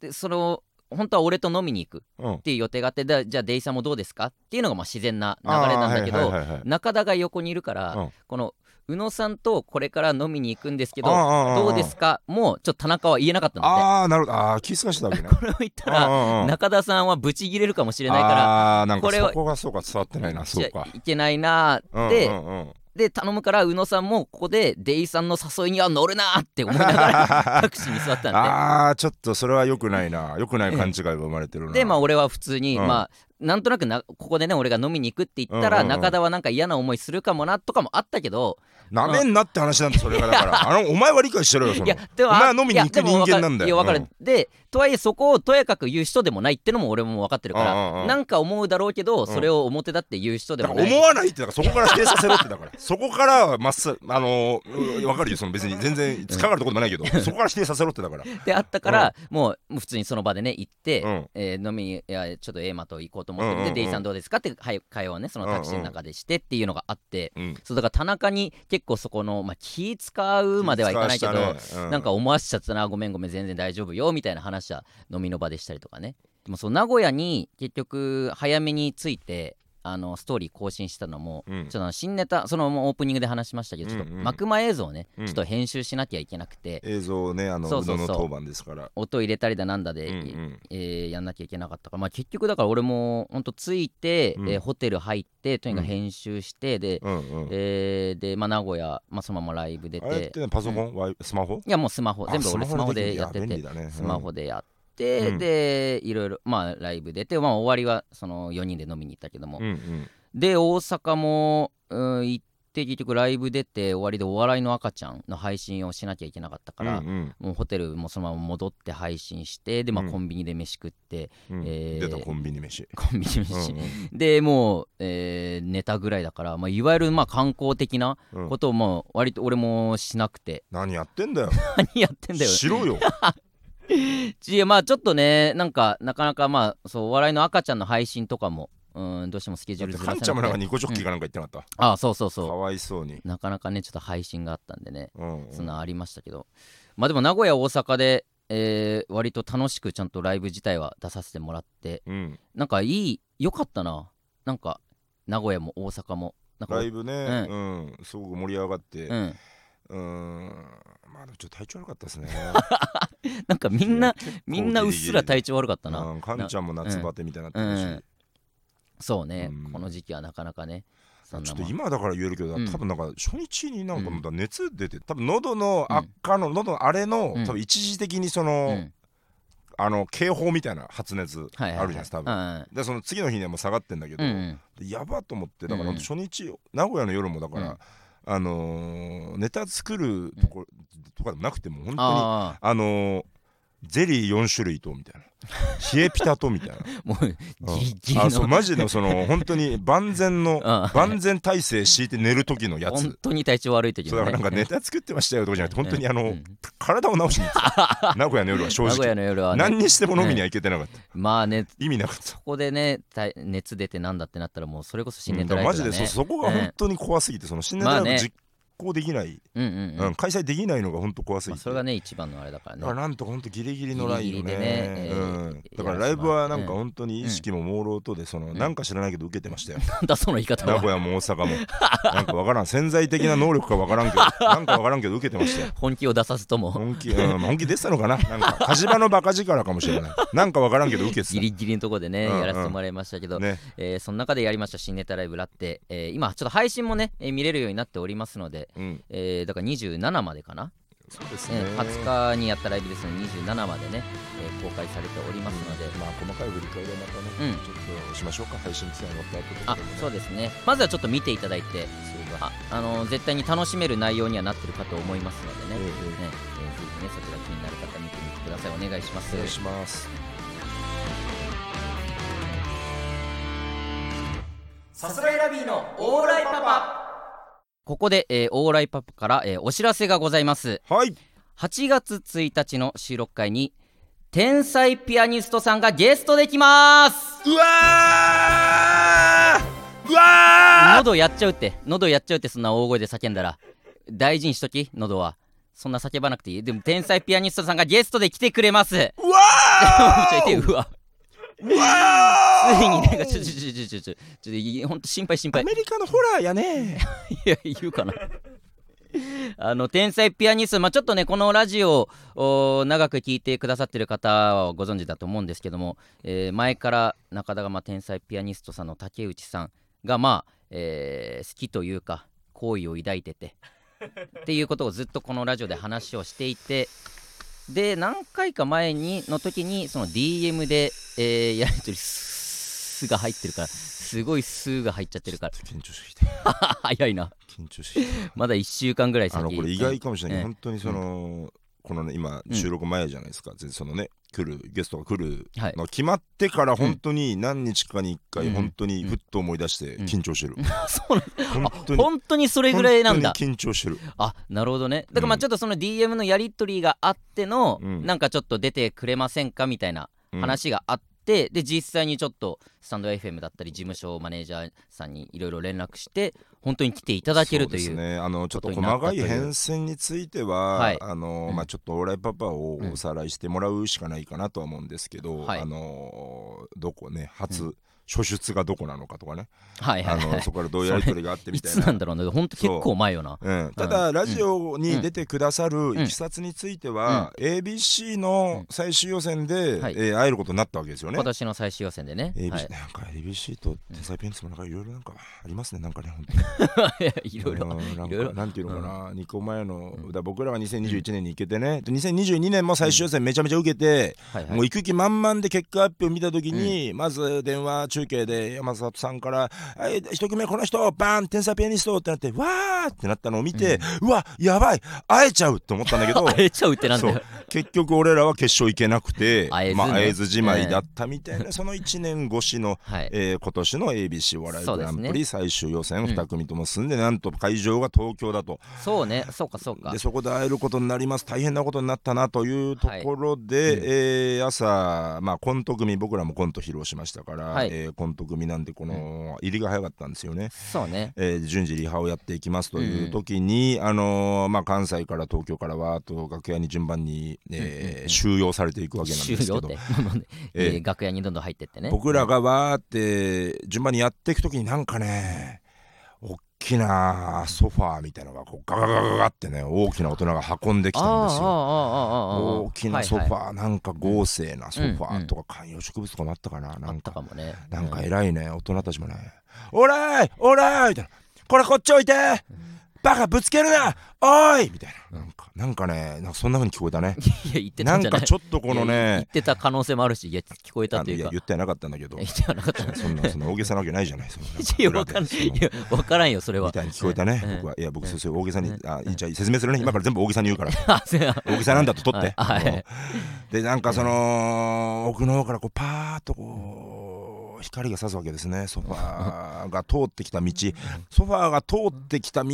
S1: でその本当は俺と飲みに行く
S2: うん
S1: っていう予定があってでじゃあデイさんもどうですかっていうのがまあ自然な流れなんだけど、
S2: あーはいはいはいはい
S1: 中田が横にいるから、
S2: うん
S1: この宇野さんとこれから飲みに行くんですけ
S2: あ
S1: ど
S2: あああ
S1: どうですかもうちょっと田中は言えなかったんだって
S2: ああなるほどああ気づかしてたわけね
S1: これを言ったら
S2: あ
S1: 中田さんはブチギレるかもしれないか
S2: ああーなん
S1: こ
S2: か
S1: れを
S2: そこがそうか伝わってないな
S1: ら
S2: そうか
S1: じゃあいけないなーって、
S2: うんうんうん
S1: で頼むから宇野さんもここでデイさんの誘いには乗るなーって思いなが らタクシーに座ったんで。
S2: ああちょっとそれは良くないな良くない勘違いが生まれてるな
S1: でまあ俺は普通に、
S2: うん
S1: まあなんとなくなここでね俺が飲みに行くって言ったら、
S2: うんうんうん
S1: 中田はなんか嫌な思いするかもなとかもあったけど
S2: なめんなって話なんだそれがだからあのお前は理解してろよその
S1: いやでもあ
S2: お前は飲みに行く
S1: いやでもわか
S2: 人間なんだよ
S1: いやわかる、
S2: うん
S1: でとはいえそこをとやかく言う人でもないってのも俺も分かってるから、
S2: うんうんうん
S1: なんか思うだろうけどそれを表立って言う人で
S2: だ
S1: も
S2: か
S1: な
S2: ら
S1: い、
S2: 思わないってだからそこから否定させろってだからそこからはまっすあのーわかるよその別に全然つかかるとこでもないけどそこから否定させろってだから
S1: であったから、もうもう普通にその場でね行って、
S2: うん
S1: えー飲みにいやちょっとエーマと行こうと思ってるんで、
S2: うんうんうん
S1: デイさんどうですかってはい会話をねそのタクシーの中でしてっていうのがあって、
S2: うん
S1: そうだから田中に結構そこの、まあ、気使うまではいかないけど、
S2: 気遣わしたねう
S1: なんか思わせちゃったなごめんごめん全然大丈夫よみたいな話は飲みの場でしたりとかねでもそう名古屋に結局早めに着いてあのストーリー更新したのも、
S2: うん
S1: ちょっとあの新ネタそのもうオープニングで話しましたけどちょっと
S2: うんうん
S1: 幕前映像をね、
S2: うん
S1: ちょっと編集しなきゃいけなくて、
S2: 映像をねあの
S1: そう
S2: 宇
S1: そう
S2: 野
S1: そう
S2: の当番ですから
S1: 音入れたりだなんだで、
S2: うんうん
S1: えーやんなきゃいけなかったから、まあ、結局だから俺も本当着いて、
S2: うん
S1: えーホテル入ってとにかく
S2: うん
S1: 編集してで、
S2: うんうん
S1: えーで、まあ、名古屋、まあ、そのままライブ出
S2: あれっててねパソコン、ワイスマホ
S1: いやもうスマホ全部俺
S2: あ
S1: スマホでやっ
S2: き
S1: て
S2: るい便
S1: て
S2: 利だね
S1: スマホ
S2: うん
S1: でやって、
S2: うん
S1: でいろいろまあライブ出て、まあ、終わりはその4人で飲みに行ったけども、
S2: うんうん
S1: で大阪も、うん、行って結局ライブ出て終わりで「お笑いの赤ちゃん」の配信をしなきゃいけなかったから、
S2: うんうん
S1: もうホテルもそのまま戻って配信してで、まあ、
S2: うん
S1: コンビニで飯食って、
S2: うん
S1: えー
S2: 出たコンビニ飯
S1: コンビニ 飯、
S2: うん
S1: でもう、えー寝たぐらいだから、まあ、いわゆるまあ観光的な
S2: うんう
S1: こ
S2: ん
S1: とをもう割と俺もしなくて
S2: 何やってんだよ
S1: 何やってんだよ
S2: しろよ
S1: いやまあちょっとねなんかなかなかまあそうお笑いの赤ちゃんの配信とかもうんどうしてもスケジ
S2: だ
S1: ュー
S2: っ
S1: ル
S2: て
S1: ずら
S2: カ
S1: せ
S2: ン
S1: な
S2: ちゃんもなんか
S1: くて
S2: ニコジョッキーかなんか言ってなかっ
S1: ああそうそう
S2: たか
S1: そ
S2: わいそうに
S1: うなかなかねちょっと配信があったんでね
S2: うんうん
S1: そんなありましたけどまあでも名古屋大阪で、えー割と楽しくちゃんとライブ自体は出させてもらって
S2: うん
S1: なんかいい良かったななんか名古屋も大阪もなんか
S2: ライブねうんすごく盛り上がって
S1: う、
S2: うんーんまあでもちょっと体調悪かったですね
S1: なんか みんな
S2: 結構
S1: みんなうっすら体調悪かったな、
S2: うんカンちゃんも夏バテみたいになって
S1: う
S2: るし
S1: んそうね、
S2: うん
S1: この時期はなかなかねそん
S2: ち
S1: な
S2: ょっ
S1: も
S2: と
S1: ん
S2: 今だから言えるけど、
S1: うん
S2: 多分なんか初日になんか
S1: うん
S2: また熱出て、多分喉の悪化の、喉のあれの、
S1: うん
S2: 多分一時的にそうの、
S1: ん
S2: あの警報みたいな発熱あ
S1: は
S2: る
S1: い
S2: じ
S1: はい
S2: ゃ
S1: はい
S2: ないですか、多分。でその次の日にはもう下がってんだけど、
S1: うんうん
S2: やばと思ってだから
S1: うん
S2: 初日、名古屋の夜もだから、
S1: うん
S2: あのーネタ作るところ、とかでもなくてもう本当にあ
S1: あ
S2: のーゼリー4種類とみたいな冷えピタとみたいな
S1: あもう ギリギリ
S2: あそう
S1: の
S2: マジのその本当 に万全の
S1: あ
S2: 万全体制敷いて寝る時のやつ
S1: 本当に体調悪い時
S2: そうだ
S1: の
S2: か
S1: ね
S2: らなんかネタ作ってましたよとかじゃなくて本当にあの、
S1: うん
S2: 体を治しに行って た名古屋の夜は正
S1: 名古屋
S2: 直
S1: の夜はね
S2: 何にしても飲みには行けてなかった、
S1: まあね
S2: 意味なかった
S1: そこでねた熱出てなんだってなったらもうそれこそ新
S2: う
S1: 年
S2: んだ
S1: 度ラ
S2: から
S1: イ
S2: マ
S1: ブ
S2: ジ
S1: だ
S2: でそう
S1: ね
S2: そこが本当に怖すぎてその新年
S1: ま
S2: ラ
S1: あ
S2: イブ
S1: ね
S2: 実行できない、
S1: うんうんう
S2: うんん、開催できないのが本当怖す
S1: ま
S2: ぎ
S1: あ
S2: て、
S1: それがね一番のあれだから
S2: だから
S1: ね
S2: なんとか本当ギリギリのライン
S1: ギリ
S2: よね
S1: ギリでねえー
S2: うん、だからライブはなんか本当に
S1: うん
S2: 意識も朦朧とでその、
S1: ん
S2: なんか知らないけど受けてましたよ、
S1: なん だその言い方
S2: 名
S1: は
S2: 古屋も大阪もなんかわからん潜在的な能力かわからんけ どなんかわからんけど受けてましたよ
S1: 本気を出さずとも
S2: 本気、うん、本気出てたのかななんか火事場のバカ力かもしれないなんかわからんけど受けて
S1: ギリギリのところでね
S2: うんうん
S1: やらせてもらいましたけ
S2: た
S1: ど
S2: ね
S1: えーその中でやりました新ネタライブラってえー今ちょっと配信もねえー見れるようになっておりますので
S2: うん
S1: えーだから27までかな
S2: そうですね
S1: えー20日にやったライブですので27までねえー公開されておりますので
S2: まあ細かい振り返りはまた
S1: う
S2: ね、
S1: ん
S2: ちょっとしましょうか配信期間終わった後とか
S1: あ
S2: でもね
S1: そうですねまずはちょっと見ていただいて
S2: そうだ
S1: ああの絶対に楽しめる内容にはなってるかと思いますので
S2: ええ
S1: ね、ねえ
S2: え
S1: ーぜひねそちら気になる方見てみてくださいお願いしま
S2: え
S1: す
S2: お願いします
S1: さすらいラビーのオーライパパここで、えー、オーライパパから、えーお知らせがございます
S2: はい
S1: 8月1日の収録会に天才ピアニストさんがゲストできます
S2: うわーうわ
S1: 喉やっちゃうって喉やっちゃうってそんな大声で叫んだら大事にしとき喉はそんな叫ばなくていいでも天才ピアニストさんがゲストで来てくれます
S2: ーうわ
S1: ちょいてうわ
S2: ーうわ
S1: ついになん
S2: ー
S1: かちょちょちょちょちょちょちょいほんと心配心
S2: ア
S1: 配
S2: メリカのホラーやね
S1: いや言うかなあの天才ピアニスト、まあ、ちょっとねこのラジオをお長く聞いてくださってる方はご存知だと思うんですけども、えー前から中田がまあ天才ピアニストさんの竹内さんがまあ、えー好きというか好意を抱いててっていうことをずっとこのラジオで話をしていてで何回か前にの時にその DM で、えーやり取りすが入ってるからすごい「す」が入っちゃってるから
S2: 緊張してきた
S1: 早いな
S2: 緊張してきた
S1: まだ1週間ぐらい先
S2: あのこれ意外かもしれないけ
S1: ええ
S2: ど、本当にその、このね今
S1: うん
S2: 収録前じゃないですか、でそのね来るゲストが来る
S1: はい
S2: の決まってから本当に何日かに1
S1: う
S2: 回
S1: ん
S2: 本当にふっと思い出して緊張してる、
S1: そうなん
S2: 本当に
S1: 本当にそれぐらいなんだ
S2: 本当に緊張してる
S1: あなるほどねだからまあ
S2: うん
S1: ちょっとその DM のやり取りがあっての、
S2: うん
S1: なんかちょっと出てくれませんかみたいな
S2: うん
S1: 話があって、で実際にちょっとスタンド FM だったり事務所マネージャーさんにいろいろ連絡して本当に来ていただけるとい
S2: そううですねあのちょっと
S1: ことにな
S2: 細
S1: った
S2: か
S1: とい
S2: いう変遷については、
S1: はい
S2: あの
S1: うん
S2: まあ、ちょっとオーライパパを
S1: うん
S2: おさらいしてもらうしかないかなとは思うんですけど、
S1: はい
S2: あのどこね初、初出がどこなのかとかね、
S1: はいはいは
S2: あの
S1: い
S2: そこからどういうやり取りがあって
S1: い
S2: みたい
S1: つ
S2: な
S1: なんだろうね本当結構前よな
S2: うん、ただ、ラジオ
S1: うん
S2: に出てくださるいきさつについては、ABC の最終予選で、
S1: はい
S2: えー会えることになったわけですよね。
S1: 今年の最終予選でね、は
S2: ABC なんか ABC と天才ピアニストもなんかいろいろなんかありますねなんかね本
S1: い、 いろ
S2: 当
S1: い
S2: に
S1: ろ
S2: うんなん
S1: いろいろ
S2: かなんていうのかな、二個前のだ僕らは2021年に行けてね、で2022年も最終予選めちゃめちゃ受けて、
S1: はいはい
S2: もう行く気満々で結果発表見た時に、まず電話中継で山里さんから「はい一組目この人バーン天才ピアニスト」ってなって「わー!」ってなったのを見て「うわやばい会えちゃう!」と思ったんだけど
S1: 会えちゃうってなんだ
S2: そ
S1: よ
S2: う 結局俺らは決勝行けなくて
S1: 会えずね
S2: まあ、会えずじまいだったみたいな、その1年越しの、
S1: はい
S2: えー今年の ABC お笑い
S1: そう
S2: グ
S1: で
S2: ラ
S1: すね
S2: ンプリ最終予選2組とも進んで、なんと会場が東京だと。
S1: そうねそうかそうか
S2: でそこで会えることになります大変なことになったなというところで、
S1: はいうん
S2: えー朝、まあ、コント組僕らもコント披露しましたから、
S1: はい
S2: えーコント組なんでこの入りが早かったんですよね。
S1: そうね
S2: えー順次リハをやっていきますといううん時に、あのーまあ、関西から東京からわーっと楽屋に順番に、
S1: うんうん
S2: え
S1: う
S2: ー
S1: ん
S2: 収容されていくわけなん
S1: 終
S2: です
S1: 了
S2: け
S1: って
S2: ど
S1: え
S2: ええ
S1: ー楽屋にどんどん入ってってね
S2: 僕らがわーって順番にやっていく時になんかね大きなソファーみたいなのがこうガガガガガってね大きな大人が運んできたんですよ
S1: 大
S2: 大きなソファー、なんか豪勢なソフ
S1: うん
S2: ァ
S1: うん
S2: ーとか観葉植物とかもあったかな、
S1: あ
S2: なん
S1: った
S2: か
S1: かもね
S2: なん か
S1: う
S2: 偉いね大人たちもね「おらーいおらーい!」みたいな「これこっちおいてバカぶつけるなおーい!」みたいななんかなんかねなんかそんな風に聞こえたね
S1: いや 言って
S2: な
S1: たん
S2: ん
S1: じゃない
S2: かちょっとこの
S1: いや言っ
S2: ね
S1: てた可能性もあるしいや聞こえた
S2: あ
S1: と
S2: の
S1: い
S2: いうや
S1: か
S2: 言ってはなかったんだけ ど
S1: 言ってはなかった
S2: そんなそんな大げさなわけないじゃないそのなんか
S1: いやわかんない
S2: 裏でその
S1: いやわからんよそれは
S2: みたいに聞こえたね
S1: うん
S2: 僕はいや僕そうそう大げさに
S1: うん
S2: あいいじゃあ説明するね今から全部大げさに言うから
S1: あそうや
S2: 大げさなんだと取って
S1: はいはい
S2: でなんかその奥の方からこうパーッとこう光が差すわけですねソファーが通ってきた道ソファーが通ってきた道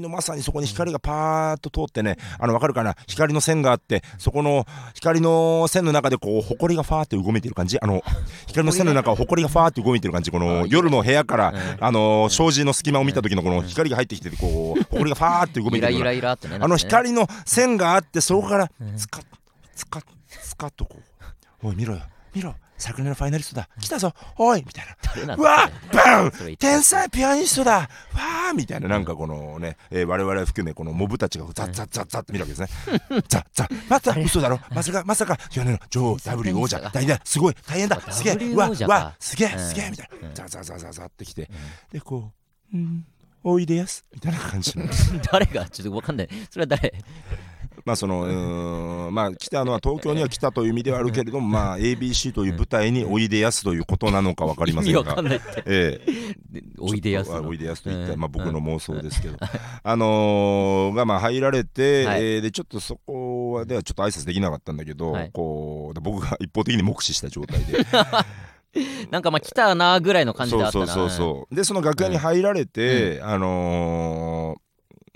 S2: のまさにそこに光がパーッと通ってねあの分かるかな光の線があってそこの光の線の中でこう埃がファーってうごめいてる感じあの光の線の中を埃がファーってうごめいてる感じこの夜の部屋からあの障子の隙間を見た時のこの光が入ってきててこう埃がファーってうごめ
S1: ゆ
S2: い
S1: ら
S2: てる
S1: ゆらゆらってね
S2: あ
S1: な
S2: の
S1: んかね
S2: 光の線があってそこからつかつかつかっとこう「おい見ろよ見ろ昨年のファイナリストだ来たぞおい」みたいな
S1: 誰な
S2: 「
S1: ん
S2: う
S1: だ
S2: わバン
S1: それ言ってた
S2: 天才ピアニストだわあ」みたいななんかこのね、えー我々含めこのモブたちがザッザッザッザッって見るわけですね「ザッザッまた嘘だろまさかまさか去年の女王 W 王者大変だすごい大変だすげえ
S1: W
S2: うわ
S1: 王者
S2: う
S1: か
S2: わすげえ
S1: うん
S2: すげえ」みたいなザッザッザッザッザッってきてでこう「うんおいでやす」みたいな感じの。
S1: 誰がちょっとわかんないそれは誰
S2: まあそのうーんまあ来たのは東京には来たという意味ではあるけれども、まあ ABC という舞台においでやすということなのかわかり
S1: 意
S2: ません
S1: 味わか
S2: が。
S1: んないって
S2: ええ、
S1: で おいでやす
S2: ちょっとあおいでやすと言ったら、まあ、僕
S1: うん
S2: の妄想ですけど、 あのーがまあ入られて、
S1: はい
S2: えーでちょっとそこはではちょっと挨拶できなかったんだけど、
S1: はい
S2: こうで僕が一方的に目視した状態で
S1: なんかまあ来たなぐらい の感じであったな
S2: そうそうそうそうでその楽屋に入られて、あのー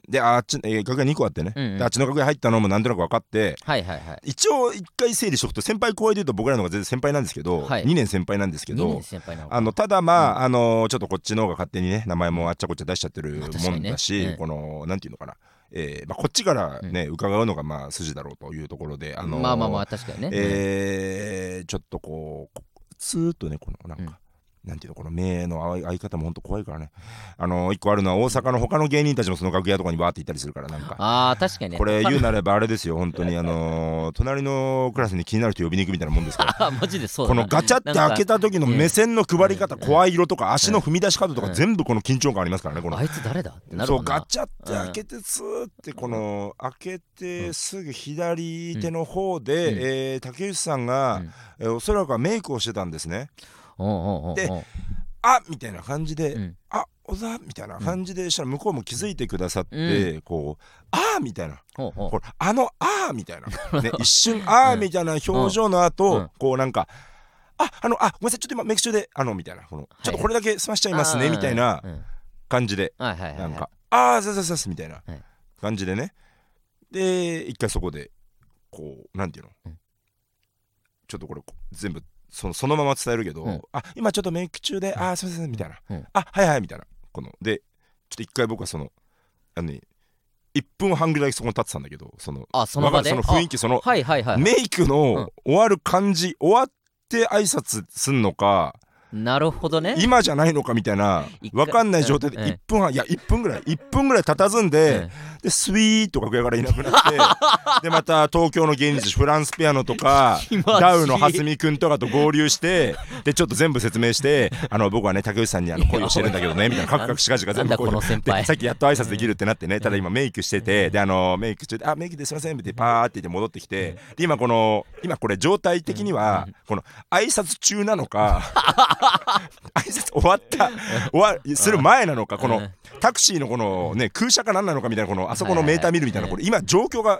S2: であっち、えー楽屋2個あってね、
S1: うんうん
S2: であっちの楽屋入ったのもなんとなく分かって、
S1: はいはいはい
S2: 一応一回整理しとくと先輩後輩でいうと僕らの方が全然先輩なんですけど、
S1: はい
S2: 2年先輩なんですけ
S1: 二
S2: ど
S1: 年先輩なのか
S2: あのただまあ、あのちょっとこっちの方が勝手にね名前もあっちゃこっちゃ出しちゃってる
S1: まあ確か
S2: も
S1: に
S2: ん
S1: ね
S2: だし、
S1: ええ
S2: このなんていうのかな、えーまあ、こっちからね、伺うのがまあ筋だろうというところであの
S1: まあまあまあ確かにね
S2: えーちょっとこうこスーッとねこのなんか。なんていうのこの目の合い合い方も本当怖いからねあの一個あるのは大阪の他の芸人たちもその楽屋とかにバーって行ったりするからなんか
S1: ああ確かにね
S2: これ言うなればあれですよ本 当にあのー隣のクラスに気になる人呼びに行くみたいなもんですから
S1: あ マジでそう
S2: こ
S1: だな
S2: のガチャっ
S1: な
S2: て
S1: んか
S2: 開けた時の目線の配り方声色とか足の踏み出し方とか全部この緊張感ありますからねこの
S1: あいつ誰だってなる
S2: そ
S1: も
S2: うんガ
S1: な
S2: チャって開けてスーってこの開けてすぐ左手の方で、
S1: うん
S2: えー竹内さんが、
S1: うん
S2: えーおそらくはメイクをしてたんですね
S1: おうおうおうおう
S2: であみたいな感じで、
S1: うん
S2: あ小田みたいな感じでしたら向こうも気づいてくださって、こうあーみたいな
S1: おうおう
S2: これあの「あー」みたい な、ね、一瞬「あー」みたいな表情の後、
S1: うん
S2: こうなんか「ああのあごめんなさいちょっと今メイク中であの」みたいなこの「ちょっとこれだけ済ましちゃいますね」みたいな
S1: うん
S2: 感じで
S1: はいはいはい
S2: な
S1: はい
S2: んか「あーそうそうそうそう」みたいない感じでねで一回そこでこうなんていうの、
S1: うん
S2: ちょっとこれこう全部そのそのまま伝えるけど「
S1: うん
S2: あ今ちょっとメイク中であーすいません」みたいな「
S1: うん
S2: あはいはい」みたいなこのでちょっと一回僕はそのあのね1分半ぐらいそこに立ってたんだけどその
S1: あその場で
S2: わかるその雰囲気その
S1: あはいはいはい
S2: メイクの終わる感じ、終わって挨拶すんのか
S1: なるほどね
S2: 今じゃないのかみたいな
S1: 一回
S2: 分かんない状態で
S1: うんうん
S2: 1分半、いや1分ぐらい1分ぐらい佇んで、でスイーッと楽屋からいなくなって でまた東京の芸人たちフランスピアノとか
S1: 気持ちいい
S2: ダウの蓮見君とかと合流してでちょっと全部説明してあの僕はね竹内さんにあの恋をしてるんだけどねみたいなカクカクしかじか全部
S1: なんだこの先輩
S2: でさっきやっと挨拶できるってなってねただ今メイクしててであのメイク中で「あメイクですいません」ってパーって言って戻ってきてで今この今これ状態的にはこの挨拶中なのか挨拶終わった終わする前なのかこ
S1: う
S2: の
S1: ん
S2: タクシーのこのね空車か何なのかみたいなこのあそこの
S1: はいはい
S2: メーター見るみたいなこれ今状況が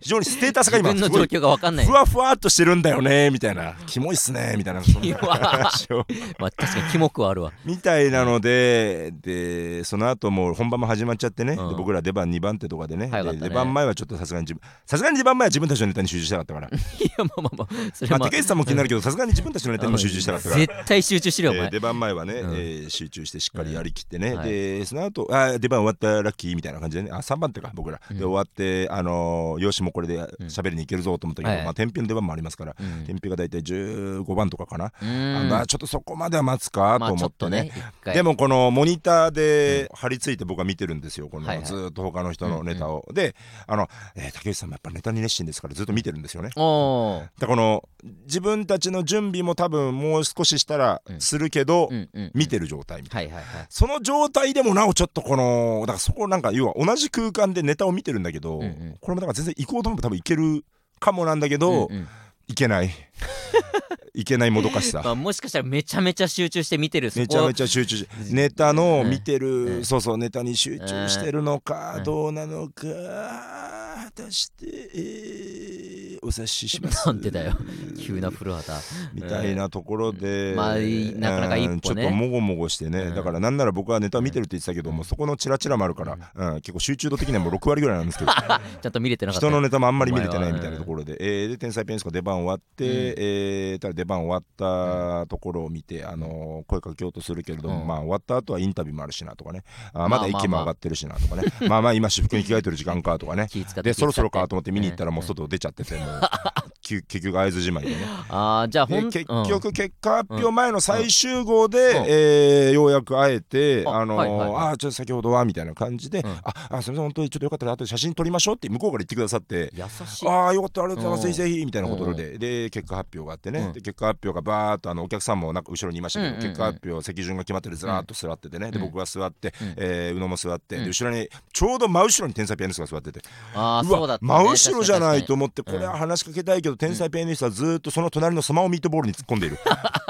S2: 非常にステータスが
S1: 自
S2: 今
S1: 分
S2: す
S1: の
S2: ご
S1: 状
S2: い
S1: 況がわかんない
S2: ふわふわっとしてるんだよねみたいなキモいっすねみたいなそん
S1: キ
S2: な
S1: モ
S2: 話を
S1: まあ確かにキモくはあるわ
S2: みたいなのででその後もう本番も始まっちゃってね、
S1: うん
S2: で僕ら出番2番手とかでね
S1: 早かっ
S2: で
S1: たね
S2: 出番前はちょっとさすがに自分さすがに出番前は自分たちのネタに集中したかったから、
S1: いやまあまあまあそれは
S2: まあ、
S1: まあ
S2: 竹内さんも気になるけどさすがに自分たちのネタにも集中したかったから
S1: 絶対集集中しろよお
S2: え
S1: 前
S2: ー出番前はね、
S1: うん
S2: えー集中してしっかりやりきってね、
S1: うんはい
S2: でその後あ出番終わったラッキーみたいな感じでねあ3番手か僕ら、
S1: うん
S2: で終わってあのーよしもうこれで喋りに行けるぞと思ったけど、
S1: はい
S2: まあ天平の出番もありますから、
S1: うん
S2: 天平が大体15番とかかな、
S1: うん
S2: あまあちょっとそこまでは待つかと
S1: まあち
S2: 思
S1: ょ
S2: っ
S1: ってと
S2: ね,、
S1: ね一回
S2: でもこのモニターで張り付いて僕は見てるんですよこの、
S1: はいはい
S2: ずーっと他の人のネタを、であの、えー竹内さんもやっぱネタに熱心ですからずっと見てるんですよね
S1: おー
S2: だからこの自分たちの準備も多分もう少ししたら
S1: うん
S2: するけど、
S1: うんうんうん
S2: 見てる状態みたいな、
S1: はいはいはい
S2: その状態でもなおちょっとこのだからそこなんか要は同じ空間でネタを見てるんだけ
S1: う
S2: ど、
S1: んうん
S2: これもだから全然行こうと思えば多分行けるかもなんだけど、
S1: うんうん
S2: 行 けない行けないもどかしさ
S1: まあもしかしたらめちゃめちゃ集中して見てるそこ
S2: めちゃめちゃ集中しネタの見てる、
S1: うん
S2: そうそうネタに集中してるのか、
S1: うん
S2: どうなのか果たして、えーお察しします
S1: なんでだよ急な古畑
S2: みたいなところで、
S1: まあいなかなか一歩ね
S2: うんちょっともごもごしてね、
S1: うん
S2: だからなんなら僕はネタ見てるって言ってたけど、もうそこのチラチラもあるから、うん結構集中度的にはもう6割ぐらいなんですけど
S1: ちゃんと見れてなかった
S2: 人
S1: よ
S2: のネタもあんまり見れてない
S1: お前は
S2: みたいなところで、えーで天才ピアニストが出番終わって、
S1: うん
S2: えーただ出番終わったところを見て、あのー声かけようとするけれども、
S1: うん
S2: まあ終わった後はインタビューもあるしなとかねあー
S1: まあ
S2: まだ息も上がってるしなとかね、まあまあ今私服に着替えてる時間かと かね
S1: 気使って気使
S2: で
S1: って
S2: そろそろかと思って見に行ったらもう外出ちゃっててもう き結局会津じまいでね。
S1: ああじゃあほ
S2: で
S1: ん
S2: 結
S1: うん
S2: 局結果発表前の最終号で、
S1: うんうん
S2: えーようやく会えて、
S1: あ
S2: あのー
S1: はいはいはい
S2: あーちょっと先ほどはみたいな感じで、
S1: うん
S2: ああすみません本当にちょっとよかったら後で写真撮りましょうって向こうから言ってくださって。
S1: 優しい
S2: ああよかったありがとうございます、
S1: う
S2: ぜひぜひみたいなことで、で結果発表があってね、
S1: うん
S2: で結果発表がバーっとあのお客さんもなんか後ろにいましたけど、
S1: うんうんうん
S2: 結果発表席順が決まっててずらーっと座っててね、で
S1: うん
S2: 僕が座って、
S1: うん
S2: えー宇野も座って、
S1: うん
S2: で後ろにちょうど真後ろに天才ピアニストが座ってて、
S1: ああ
S2: う
S1: そうだ
S2: わ
S1: ったね
S2: 真後ろじゃないと思って
S1: 確か
S2: こ
S1: に
S2: れは話しかけたいけど天才ピアニストはずーっとその隣のスマホミートボールに突っ込んで いる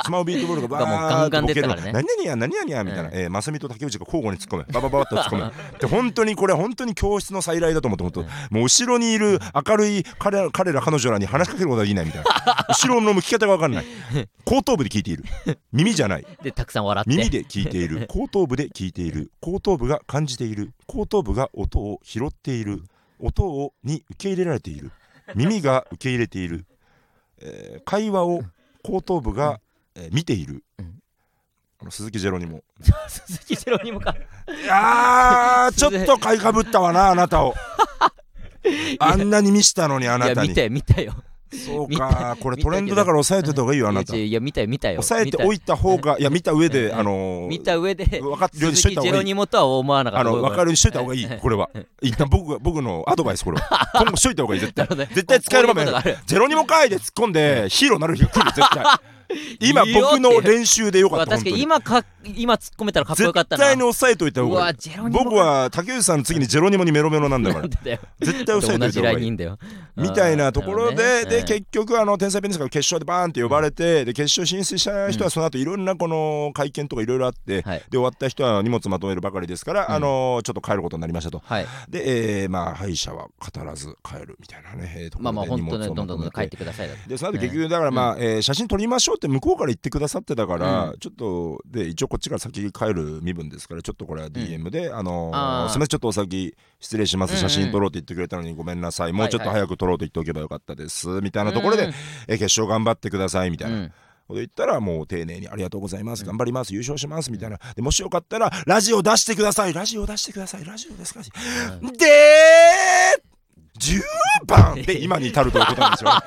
S2: スマホミートボールがバーッとボケる
S1: もうガンガン出てたからね
S2: 何々や何々やみたいな
S1: う
S2: えーマスミと竹内が交互に突っ込むババババッと突っ 込むで本当にこれ本当に教室の再来だと思って本当もう後ろにいる明るい彼ら彼ら彼女らに話しかけることができないみたいな後ろの向き方が分かん ない後頭部で聞いている耳じゃない
S1: 確かにでたくさん笑って
S2: 耳で聞いて いる後頭部で聞いている後頭部が感じている後頭部が音を拾っている音をに受け入れられている耳が受け入れている、えー会話を後頭部が、えー見ている、
S1: うん
S2: あの鈴木ジェ ロニモ
S1: 鈴木ジロニモか
S2: いやーちょっと買いかぶったわなあな たをあんなに見したのにあ
S1: い
S2: な
S1: や
S2: た
S1: 見
S2: に
S1: たよ見たよ
S2: そう
S1: 見
S2: かこれトレンドだから押さえてた方がいいよあなた
S1: いやいや見たよ見たよ
S2: 押さえてお
S1: い
S2: いた方がいや見た上であのー
S1: 見た上で
S2: 分かってるようにしと
S1: 鈴木
S2: いた方
S1: ジ
S2: がい
S1: ロ
S2: い
S1: ニモとは思わなかっ
S2: あ
S1: た
S2: の分かるようにしといた方がいい、
S1: ええ
S2: これは。一旦僕が僕のアドバイス、これ は。今後しといた方がいい、絶対
S1: なるほど。ね
S2: 絶対使える場面
S1: こういうことがある、
S2: ゼロにもかいで突っ込んで、ヒーローになる日が来る、絶 対。今、
S1: いいよ
S2: 僕の練習でよか
S1: ま
S2: っ
S1: あ
S2: た、本
S1: 確か
S2: 当
S1: に
S2: に。
S1: 今か今突っ込めたらかっこよかった
S2: 絶
S1: な
S2: 対に抑えといた方
S1: う
S2: がい
S1: わ
S2: い。
S1: ジェロニモ
S2: 僕は竹内さんの次にジェロニモにメロメロなんだか
S1: な
S2: ら
S1: んでだよ
S2: 絶対抑えと
S1: 同
S2: いた
S1: じ
S2: 方
S1: ライン
S2: がい
S1: にい
S2: い
S1: んだよ
S2: みたいなところ
S1: あーなる
S2: で
S1: ほどね
S2: で結局あの天才ペニスが決勝でバーンって呼ばれてで決勝進出した人はその後いろんなこの会見とかいろいろあってで
S1: はい
S2: 終わった人は荷物まとめるばかりですからあのちょっと帰ることになりましたと
S1: うんはい
S2: で、えーまあ歯医者は語らず帰るみたいなね、えーとこ
S1: まあ
S2: ろ
S1: まあ
S2: で荷
S1: 本当
S2: 物を
S1: ねどんどんどんど
S2: ま
S1: ん
S2: と
S1: 帰
S2: め
S1: っててくださいだ
S2: でその後結局だからまあ、えー写真撮りましょうって向こうから言ってくださってたから、ちょっとで一応こっちから先帰る身分ですからちょっとこれは DM で、あのー
S1: あー
S2: すみませんちょっとお先失礼します、
S1: うんうん
S2: 写真撮ろうって言ってくれたのにごめんなさいもうちょっと
S1: はい
S2: 早く撮ろうと言っておけばよかったですみたいなところで、
S1: うん
S2: えー決勝頑張ってくださいみた
S1: う
S2: いな、
S1: ん
S2: こと言ったらもう丁寧に「ありがとうございます頑張ります優勝します」みたいなでもしよかったら「ラジオ出してくださいラジオ出してくださいラジオですか?」で10番で今に至るということなんで すよね。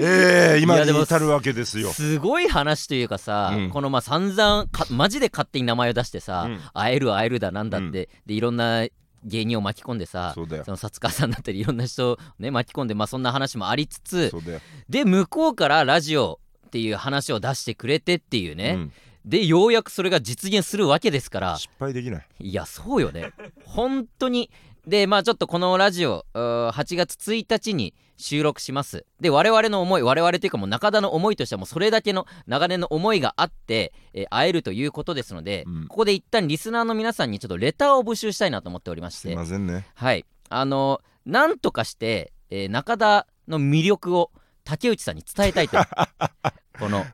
S2: ええ今に至るわけですよ。
S1: すごい話というかさ、
S2: うん
S1: このまあ散々かマジで勝手に名前を出してさ、
S2: うん
S1: 会える会えるだなんだって、
S2: うん
S1: でいろんな芸人を巻き込んでさ
S2: そうだよ
S1: の薩川さんだったりいろんな人を、ね、巻き込んで、まあ、そんな話もありつつ
S2: そうだよ
S1: で向こうからラジオっていう話を出してくれてっていう
S2: う
S1: ね、
S2: ん
S1: でようやくそれが実現するわけですから
S2: 失敗できない。
S1: いやそうよね本当にでまあちょっとこのラジオうー8月1日に収録しますで我々の思い我々というかもう中田の思いとしてはもうそれだけの長年の思いがあって、えー会えるということですので、
S2: うん
S1: ここで一旦リスナーの皆さんにちょっとレターを募集したいなと思っておりまし
S2: すい
S1: て
S2: ませんね。
S1: はいあのなんとかして、 えー中田の魅力を竹内さんに伝えたいとこの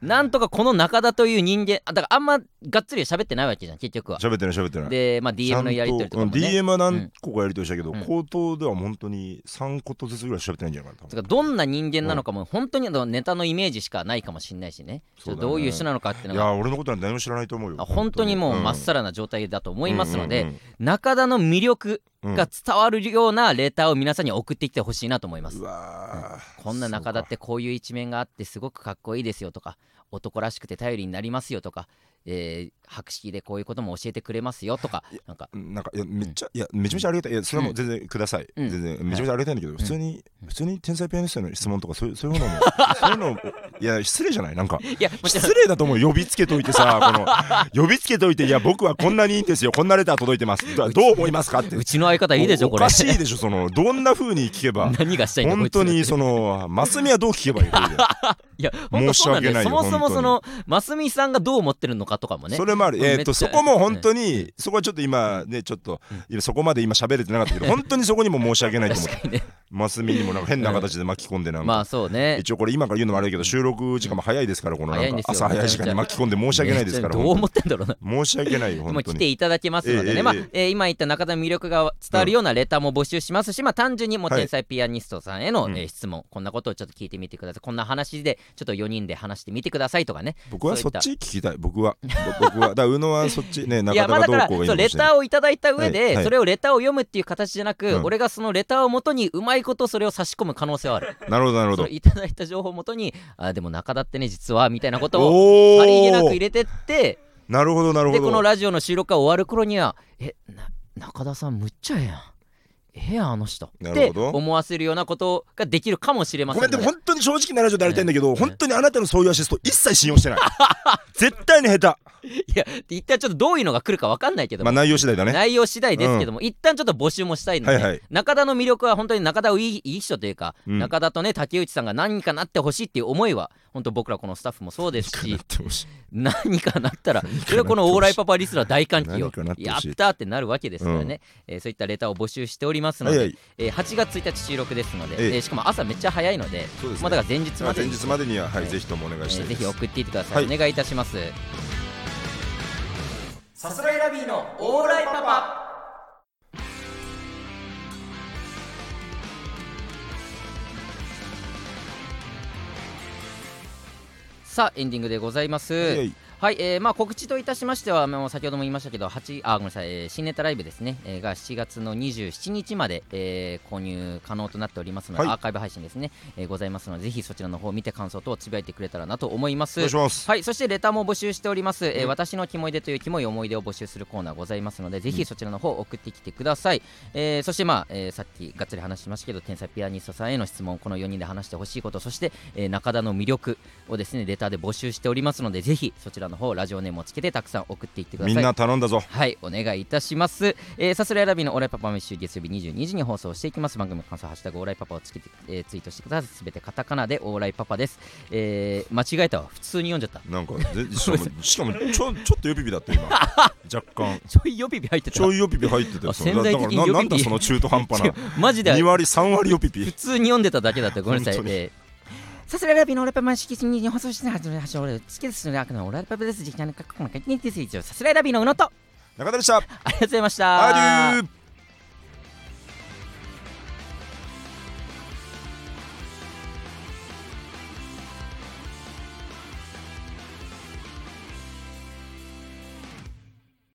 S1: なんとかこの中田という人間あだからあんまがっつりは喋ってないわけじゃん結局は
S2: 喋ってない喋ってない
S1: でまあ DM のやり取りとかも
S2: ちゃん
S1: ね
S2: うん DM は何個かやり取りしたけど、
S1: うん
S2: 口頭では本当に3個とずつぐらい喋ってないんじゃないかな
S1: だからどんな人間なのかも本当にあのネタのイメージしかないかもしれないしねちょっとどういう人なのかっていう
S2: い
S1: のが
S2: や俺のことなんて何も知らないと思うよ
S1: あ本当にもうまっ
S2: ら
S1: さらな状態だと思いますので、
S2: うんうん
S1: 中田の魅力
S2: うんうん
S1: が伝わるようなレターを皆さんに送ってきてほしいなと思います
S2: う。わー
S1: こんな中田ってこういう一面があってすごくかっこいいですよとか男らしくて頼りになりますよとか、えー博識でこういうことも教えてくれますよとかなんか
S2: なんかいやめっちゃ、いやめちゃめちゃありがたいいやそれはもう全然ください、
S1: うん
S2: 全然めちゃめちゃありがたいんだけど、普通に、普通に天才ピアニストへの質問とかそういうそういうのもそういうの もいや失礼じゃないなんか
S1: いやもちろん
S2: 失礼だと思う呼びつけといて さこの呼びつけといていや僕はこんなにいいんですよこんなレター届いてますどどう思いますかって
S1: うちの相方いいでしょ
S2: おお
S1: これ
S2: かしいでしょそのどんな風に聞けば
S1: 何がしたいんだこ
S2: 本
S1: いつ
S2: 当にそのマスミはどう聞けばいいか
S1: いや本当そうなんだよそ
S2: 申し訳ないよ
S1: もそもそのますみさんがどう思ってるのかとかもね
S2: それもある、えー、
S1: めっち
S2: と
S1: ゃ
S2: そこも本当に、そこはちょっと今ねちょっと、今そこまで今喋れてなかったけど本当にそこにも申し訳ないと思 って
S1: ね
S2: マスミにもなんか変な形で巻き込んでなんか、
S1: まあそうね
S2: 一応これ今から言うのもあれだけど収録時間も早いですからこのな
S1: 早いん
S2: ん
S1: です
S2: か
S1: よ
S2: 朝早い時間に巻き込んで申し訳ないですから
S1: どう思ってんだろうな
S2: 本当に申し訳ないよ
S1: まあ
S2: 本当
S1: 来て
S2: に
S1: いただけますのでね、
S2: ええ
S1: まあ
S2: ええ
S1: えー今言った中田の魅力が伝わるようなレターも募集しますし、まあ、単純にもう
S2: はい
S1: 天才ピアニストさんへの、
S2: うん
S1: えー質問こんなことをちょっと聞いてみてくださいこんな話でちょっと4人で話してみてくださいとかね
S2: 僕はそっ
S1: そ
S2: ち聞きたい僕はぼ僕はだから宇野はそっち ね
S1: い
S2: 中
S1: や
S2: 田
S1: まあ
S2: が
S1: だ
S2: ど
S1: か
S2: う
S1: ら
S2: こうがいい
S1: そう
S2: のか
S1: レ
S2: もし
S1: タ
S2: れな
S1: ー
S2: い
S1: をいただいた上で、
S2: はいはい
S1: それをレターを読むっていう形じゃなく、
S2: うん
S1: 俺がそのレターをもとにうまいことそれを差し込む可能性はある
S2: なるほどなるほ
S1: そ
S2: ど
S1: れいただいた情報をもとにあでも中田ってね実はみたいなことを
S2: お
S1: さりげなく入
S2: ー
S1: れてって
S2: なるほどなるほ
S1: でこの
S2: ど
S1: ラジオの収録が終わる頃には「えな中田さんむっちゃええやんええやんあの人」っ
S2: な
S1: て
S2: るほど
S1: 思わせるようなことができるかもしれませ
S2: ご
S1: んの
S2: めん
S1: で
S2: でも本当に正直なラジオでありたいんだけど
S1: ね
S2: 本当にあなたのそういうアシスト一切信 用してない絶対に下
S1: いや一旦ちょっとどういうのが来るか分かんないけ
S2: 手
S1: ど
S2: まあ
S1: も、
S2: 内容次第だ ね
S1: 内容次第ですけども、一旦ちょっと募集もしたいので、
S2: はいはい
S1: 中田の魅力は本当に中田をいいいい人というか、
S2: うん
S1: 中田とね竹内さんが何かなってほしいっていう思いは本当僕らこのスタッフもそうです
S2: な
S1: し
S2: ってほしい
S1: 何かなったら
S2: 何かなってほしい
S1: それはこのオーライパパリスラー大歓喜を
S2: 何かなって
S1: や
S2: ほ
S1: っ
S2: しい
S1: たってなるわけですからね、えーそういったレターを募集しておりますの
S2: はい
S1: で、
S2: はい
S1: えー8月1日収録ですので、
S2: ええ
S1: えーしかも朝めっちゃ早いので
S2: そうですね
S1: まあだから前日
S2: ま
S1: ま
S2: あ
S1: で
S2: 前
S1: に、
S2: 日までにははい
S1: はい
S2: ぜひともお願
S1: え
S2: いした
S1: ー
S2: い
S1: ぜ
S2: で
S1: ひ
S2: す
S1: 送っていってください、
S2: はい
S1: お願いいたしますさすらいラビーのオーライパパさあエンディングでございます、
S2: はいはい
S1: はい、えーまあ、告知といたしましては、もう先ほども言いましたけど、8あごめんなさい、えー新ネタライブですね、えーが7月の27日まで、えー購入可能となっておりますので、
S2: はい
S1: アーカイブ配信ですね、えーございますので、ぜひそちらの方を見て感想等をつぶやいてくれたらなと思いま
S2: お
S1: す。
S2: 願いします
S1: はい、そしてレターも募集しております、えー私のキモいでというキモい思い出を募集するコーナーございますので、ぜひそちらの方送ってきてください。えーそして、まあえーさっきがっつり話しましたけど、天才ピアニストさんへの質問、この4人で話してほしいこと、そして、えー中田の魅力をですね、レターで募集しておりますので、ぜひそちらの方、ラジオネームをつけてたくさん送っていってくださ
S2: み
S1: い。
S2: んな頼んだぞ
S1: はい、お願いいたします。えー、さすらいラビのオーライパパ毎週月曜日22時に放送していきます。番組の感想、ハッシュタグオーライパパをつけて、えーツイートしてください。すべてカタカナでオーライパパです。えー間違えたわ。普通に読んじゃった。
S2: なんか ぜしかもしかもちょちょっと予備日だった今若干
S1: ちょい予備日入ってた
S2: ち。ょい予備日入ってたよ
S1: あ潜在的に
S2: だから
S1: 予備
S2: なな
S1: 日
S2: んだその中途半端
S1: 違
S2: な
S1: うマジで
S2: 2割3割予備
S1: 普
S2: 日
S1: 通に読んでただけだったごめんなさい
S2: 本。当に
S1: えーさすらいラビのオーライパパ毎週月曜日に放送してます。はしょ俺つけですね。あくのオーライパパです。時間の確保の確認です。以上、さすらいラビのうのと。
S2: 中田でした
S1: ありがとうございました。
S2: アデュー